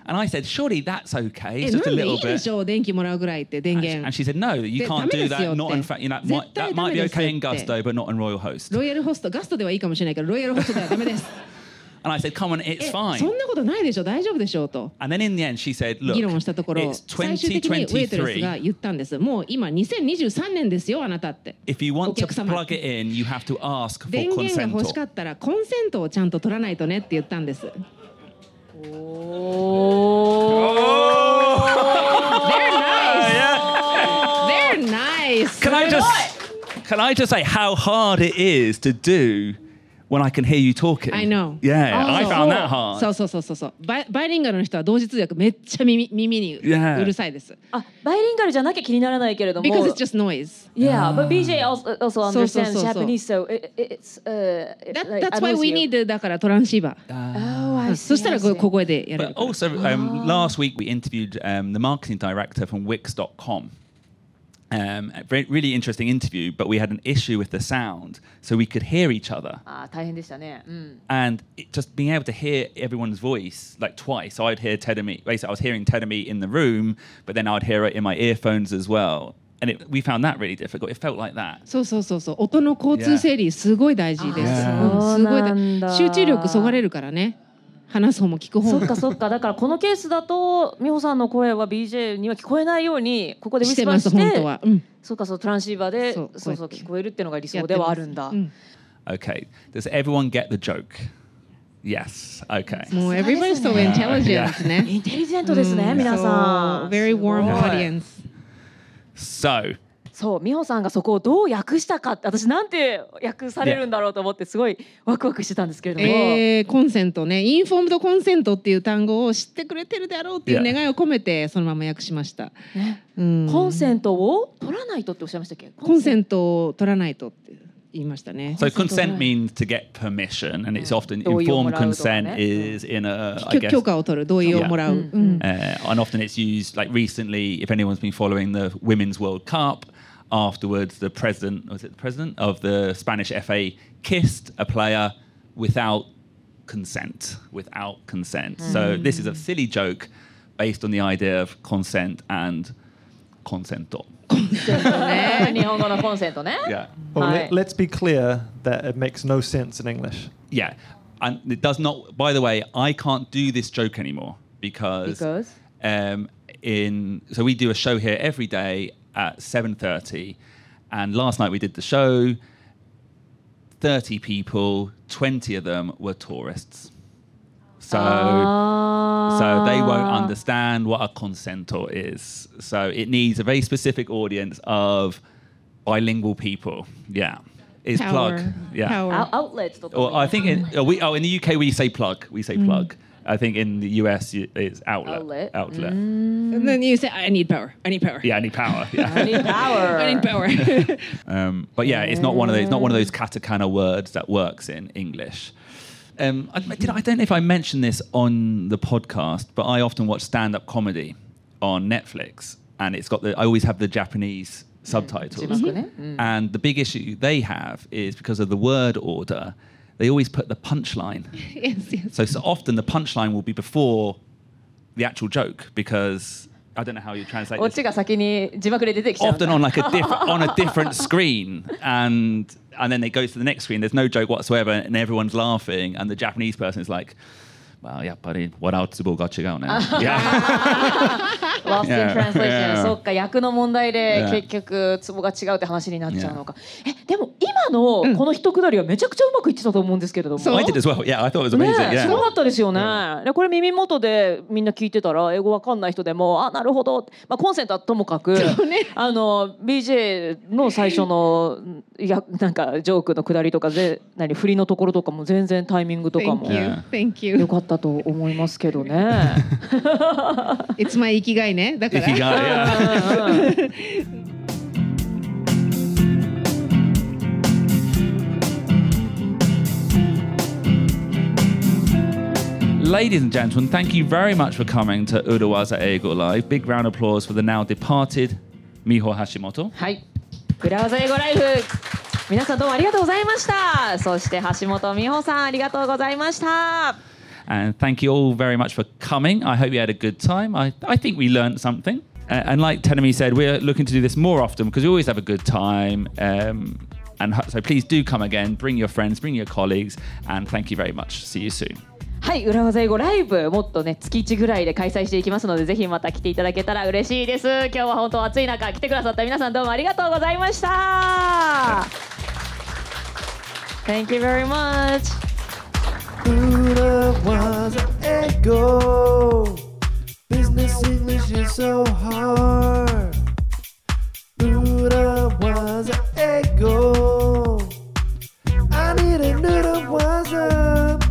Speaker 1: And I said, surely that's okay,
Speaker 5: え
Speaker 1: it's
Speaker 5: な
Speaker 1: just a
Speaker 5: んでい
Speaker 1: little
Speaker 5: いで
Speaker 1: bit.
Speaker 5: しょう電気もらうぐらいって電
Speaker 1: And she,
Speaker 5: 源
Speaker 1: and she said, no, you
Speaker 5: で、
Speaker 1: can't do
Speaker 5: ダメです
Speaker 1: that.
Speaker 5: よっ
Speaker 1: Not
Speaker 5: て。
Speaker 1: in fact, you know, that might,
Speaker 5: 絶対
Speaker 1: that might be
Speaker 5: ダメですよって。
Speaker 1: okay in Gusto, but not in Royal Host.
Speaker 5: ロイヤルホストガストではいいかもしれないけどロイヤルホストではダメです
Speaker 1: And I said, come on,
Speaker 5: え
Speaker 1: it's
Speaker 5: そん
Speaker 1: fine.
Speaker 5: なことないでしょ大丈夫でしょうと
Speaker 1: And then in the end, she said, look,
Speaker 5: 議論したところ
Speaker 1: it's
Speaker 5: 最終的にウェイトレスが
Speaker 1: 2023.
Speaker 5: 言ったんですもう今2023年ですよあなたって
Speaker 1: If you want to
Speaker 5: お客様。
Speaker 1: plug it in, you have to ask for
Speaker 5: 電源が欲しか
Speaker 1: consent.
Speaker 5: ったらコンセントをちゃんと取らないとねって言ったんです They're nice
Speaker 1: Can I just can I just say how hard it is to do when I can hear you talking?
Speaker 5: I know.
Speaker 1: Yeah, I
Speaker 5: Also-
Speaker 1: found that hard.
Speaker 5: そうそうそうそうそう。バイバイリンガルの人は同時通訳めっちゃ耳耳に
Speaker 1: Yeah.
Speaker 5: うるさいです。
Speaker 2: あバイリンガルじゃなきゃ気にならないけれども
Speaker 5: Because it's just noise.
Speaker 2: Yeah, but BJ also, also
Speaker 5: そうそうそう
Speaker 2: understands
Speaker 5: そう
Speaker 2: Japanese, so it, it's uh,
Speaker 5: That,
Speaker 2: like,
Speaker 5: that's
Speaker 2: I'm
Speaker 5: why
Speaker 2: with
Speaker 5: we
Speaker 2: you.
Speaker 5: need だからトランシーバー。
Speaker 2: Oh, I see,
Speaker 5: そしたら
Speaker 2: I see.
Speaker 5: 小声でやれ
Speaker 1: But
Speaker 5: る。
Speaker 1: also, um, last week we interviewed um, the marketing director from Wix.com. Um, a very, really interesting interview, but we had an issue with the sound, so we could hear each other.
Speaker 2: あー大変でしたね。うん。
Speaker 1: And it, just being able to hear everyone's voice like twice. So I'd hear Ted and me. Basically, I was hearing Ted and me in the room, but then I'd hear it in my earphones as well. And it, we found that really difficult. It felt like that.
Speaker 5: そうそうそうそう。音の交通整理すごい大事です。
Speaker 2: Yeah.
Speaker 5: うんすごい大
Speaker 2: そうなんだ
Speaker 5: 集中力そがれるからね。話す方も聞く方
Speaker 2: そ
Speaker 5: も
Speaker 2: っ。かそっか。だからこのケースだと美穂さんの声は BJ には聞こえないようにここで
Speaker 5: し
Speaker 2: ミ
Speaker 5: て
Speaker 2: ス
Speaker 5: ま
Speaker 2: バ
Speaker 5: す
Speaker 2: して、
Speaker 5: 本当は。うん。
Speaker 2: そっかそうトランシーバーで
Speaker 5: そ
Speaker 2: そううそう
Speaker 5: こうやって
Speaker 2: 聞こえるっていうのが理
Speaker 5: や
Speaker 2: 想
Speaker 5: って
Speaker 2: で
Speaker 5: ます
Speaker 2: はあるんだ。
Speaker 5: う
Speaker 1: Okay. Does everyone get the joke? Yes. Okay.
Speaker 5: もう everybody's so intelligent
Speaker 2: イン
Speaker 5: ね。
Speaker 2: テリジェントですね、
Speaker 5: うん
Speaker 2: 皆さん。
Speaker 5: そう Very warm
Speaker 2: すごい
Speaker 5: audience.
Speaker 1: So,
Speaker 2: そう美穂さんがそこをどう訳したかって私なんて訳されるんだろうと思ってすごいワクワクしてたんですけれども、
Speaker 5: えー、コンセントねインフォームドコンセントっていう単語を知ってくれてるであろうっていう
Speaker 1: Yeah.
Speaker 5: 願いを込めてそのまま訳しました、うん
Speaker 2: コンセントを取らないとっておっしゃいましたっけ
Speaker 5: コンセ
Speaker 2: ン
Speaker 5: ントを取らないとって言いましたね
Speaker 1: so consent means to get permission, and it's often
Speaker 2: 同意をもらうとかね。
Speaker 1: informed consent
Speaker 2: うん。
Speaker 1: is in a, I
Speaker 5: きょ
Speaker 1: guess,
Speaker 5: 許可を取る同意をもらう、
Speaker 2: Yeah.
Speaker 5: うん、
Speaker 1: uh, and often it's used like recently. If anyone's been following the Women's World Cup, afterwards the president was it the president of the Spanish FA kissed a player without consent, without consent. So this is a silly joke based on the idea of consent and consento.
Speaker 2: トね日本語のコンセントね
Speaker 1: Yeah.
Speaker 7: Well,
Speaker 2: Hi.
Speaker 7: let, let's be clear that it makes no sense in English.
Speaker 1: Yeah, and it does not. By the way, I can't do this joke anymore because,
Speaker 2: Because?
Speaker 1: um, in so we do a show here every day at seven thirty, and last night we did the show. Thirty people, twenty of them were tourists, so
Speaker 2: あ
Speaker 1: so
Speaker 2: ー
Speaker 1: they won't understand what a consentor is. So it needs a very specific audience of bilingual people. Yeah, it's plug. Yeah.
Speaker 2: Out-
Speaker 7: um,
Speaker 2: outlets とかもいい
Speaker 1: Well, I think in uh, we oh in the UK we say plug, we say plug. I think in the US you- it's outlet.
Speaker 2: Outlet.
Speaker 1: Outlet.
Speaker 5: And then you say I need power I need power
Speaker 1: Yeah, any power. Yeah.
Speaker 2: Need power.
Speaker 5: [laughs] I need power
Speaker 1: um, but yeah, it's not one of those. Not one of those katakana words that works in English. Um, I, did, I don't know if I mentioned this on the podcast, but I often watch stand-up comedy on Netflix, and it's got the. I always have the Japanese subtitles. Mm-hmm.
Speaker 7: 字幕ねうん
Speaker 1: And the big issue they have is because of the word order, they always put the punchline.
Speaker 5: [laughs] yes, yes.
Speaker 1: So, so often the punchline will be before the actual joke because I don't know how you translate
Speaker 7: オ
Speaker 1: this.
Speaker 7: チが先に字幕で出てきちゃうんだ
Speaker 1: often on like a diff- on a different screen and and then it goes to the next screen there's no joke whatsoever and everyone's laughing and the japanese person is like well yeah buddy what else will got you out now yeah [laughs]
Speaker 7: Lost in
Speaker 1: Yeah.
Speaker 7: translation
Speaker 1: Yeah.
Speaker 7: そっか役の問題で
Speaker 1: Yeah.
Speaker 7: 結局ツボが違うって話になっちゃうのかえでも今のこの一くだりはめちゃくちゃうまくいってたと思うんですけれども
Speaker 5: So-
Speaker 1: i did as well yeah i thought it was
Speaker 7: ね
Speaker 1: amazing
Speaker 7: え、すごか
Speaker 1: yeah
Speaker 7: ったですよね、でこれ耳元でみんな聞いてたら英語わかんない人でもあなるほど、まあ、コンセントはともかく、あの BJ の最初のいやなんかジョークの下りとかぜ何振りのところとかも全然タイミングとか
Speaker 5: Thank
Speaker 7: も
Speaker 5: you.
Speaker 1: Yeah.
Speaker 5: Thank
Speaker 7: 良
Speaker 5: you.
Speaker 7: かったと思いますけどね。
Speaker 5: It's my 生きがいね。だから
Speaker 1: Ikigai,。yeah. [laughs] Ladies and gentlemen, thank you very much for coming to Urawaza Eigo Live. Big round of applause for the now departed Miho Hashimoto.
Speaker 7: はい。裏技英語ライフ。皆さんどうもありがとうございました。そして橋本美穂さんありがとうございました。
Speaker 1: And thank you all very much for coming. I hope you had a good time. I, I think we learned something. Uh, and like Tenemi said, we're looking to do this more often because we always have a good time. Um, and ho- so please do come again. Bring your friends, bring your colleagues. And thank you very much. See you soon.
Speaker 7: はい、裏技英語ライブもっとね月1ぐらいで開催していきますのでぜひまた来ていただけたら嬉しいです。今日は本当暑い中来てくださった皆さんどうもありがとうございました。Thank you very much.
Speaker 8: Buddha was an echo. Business English is so hard. Buddha was an echo. I need a noodle was up.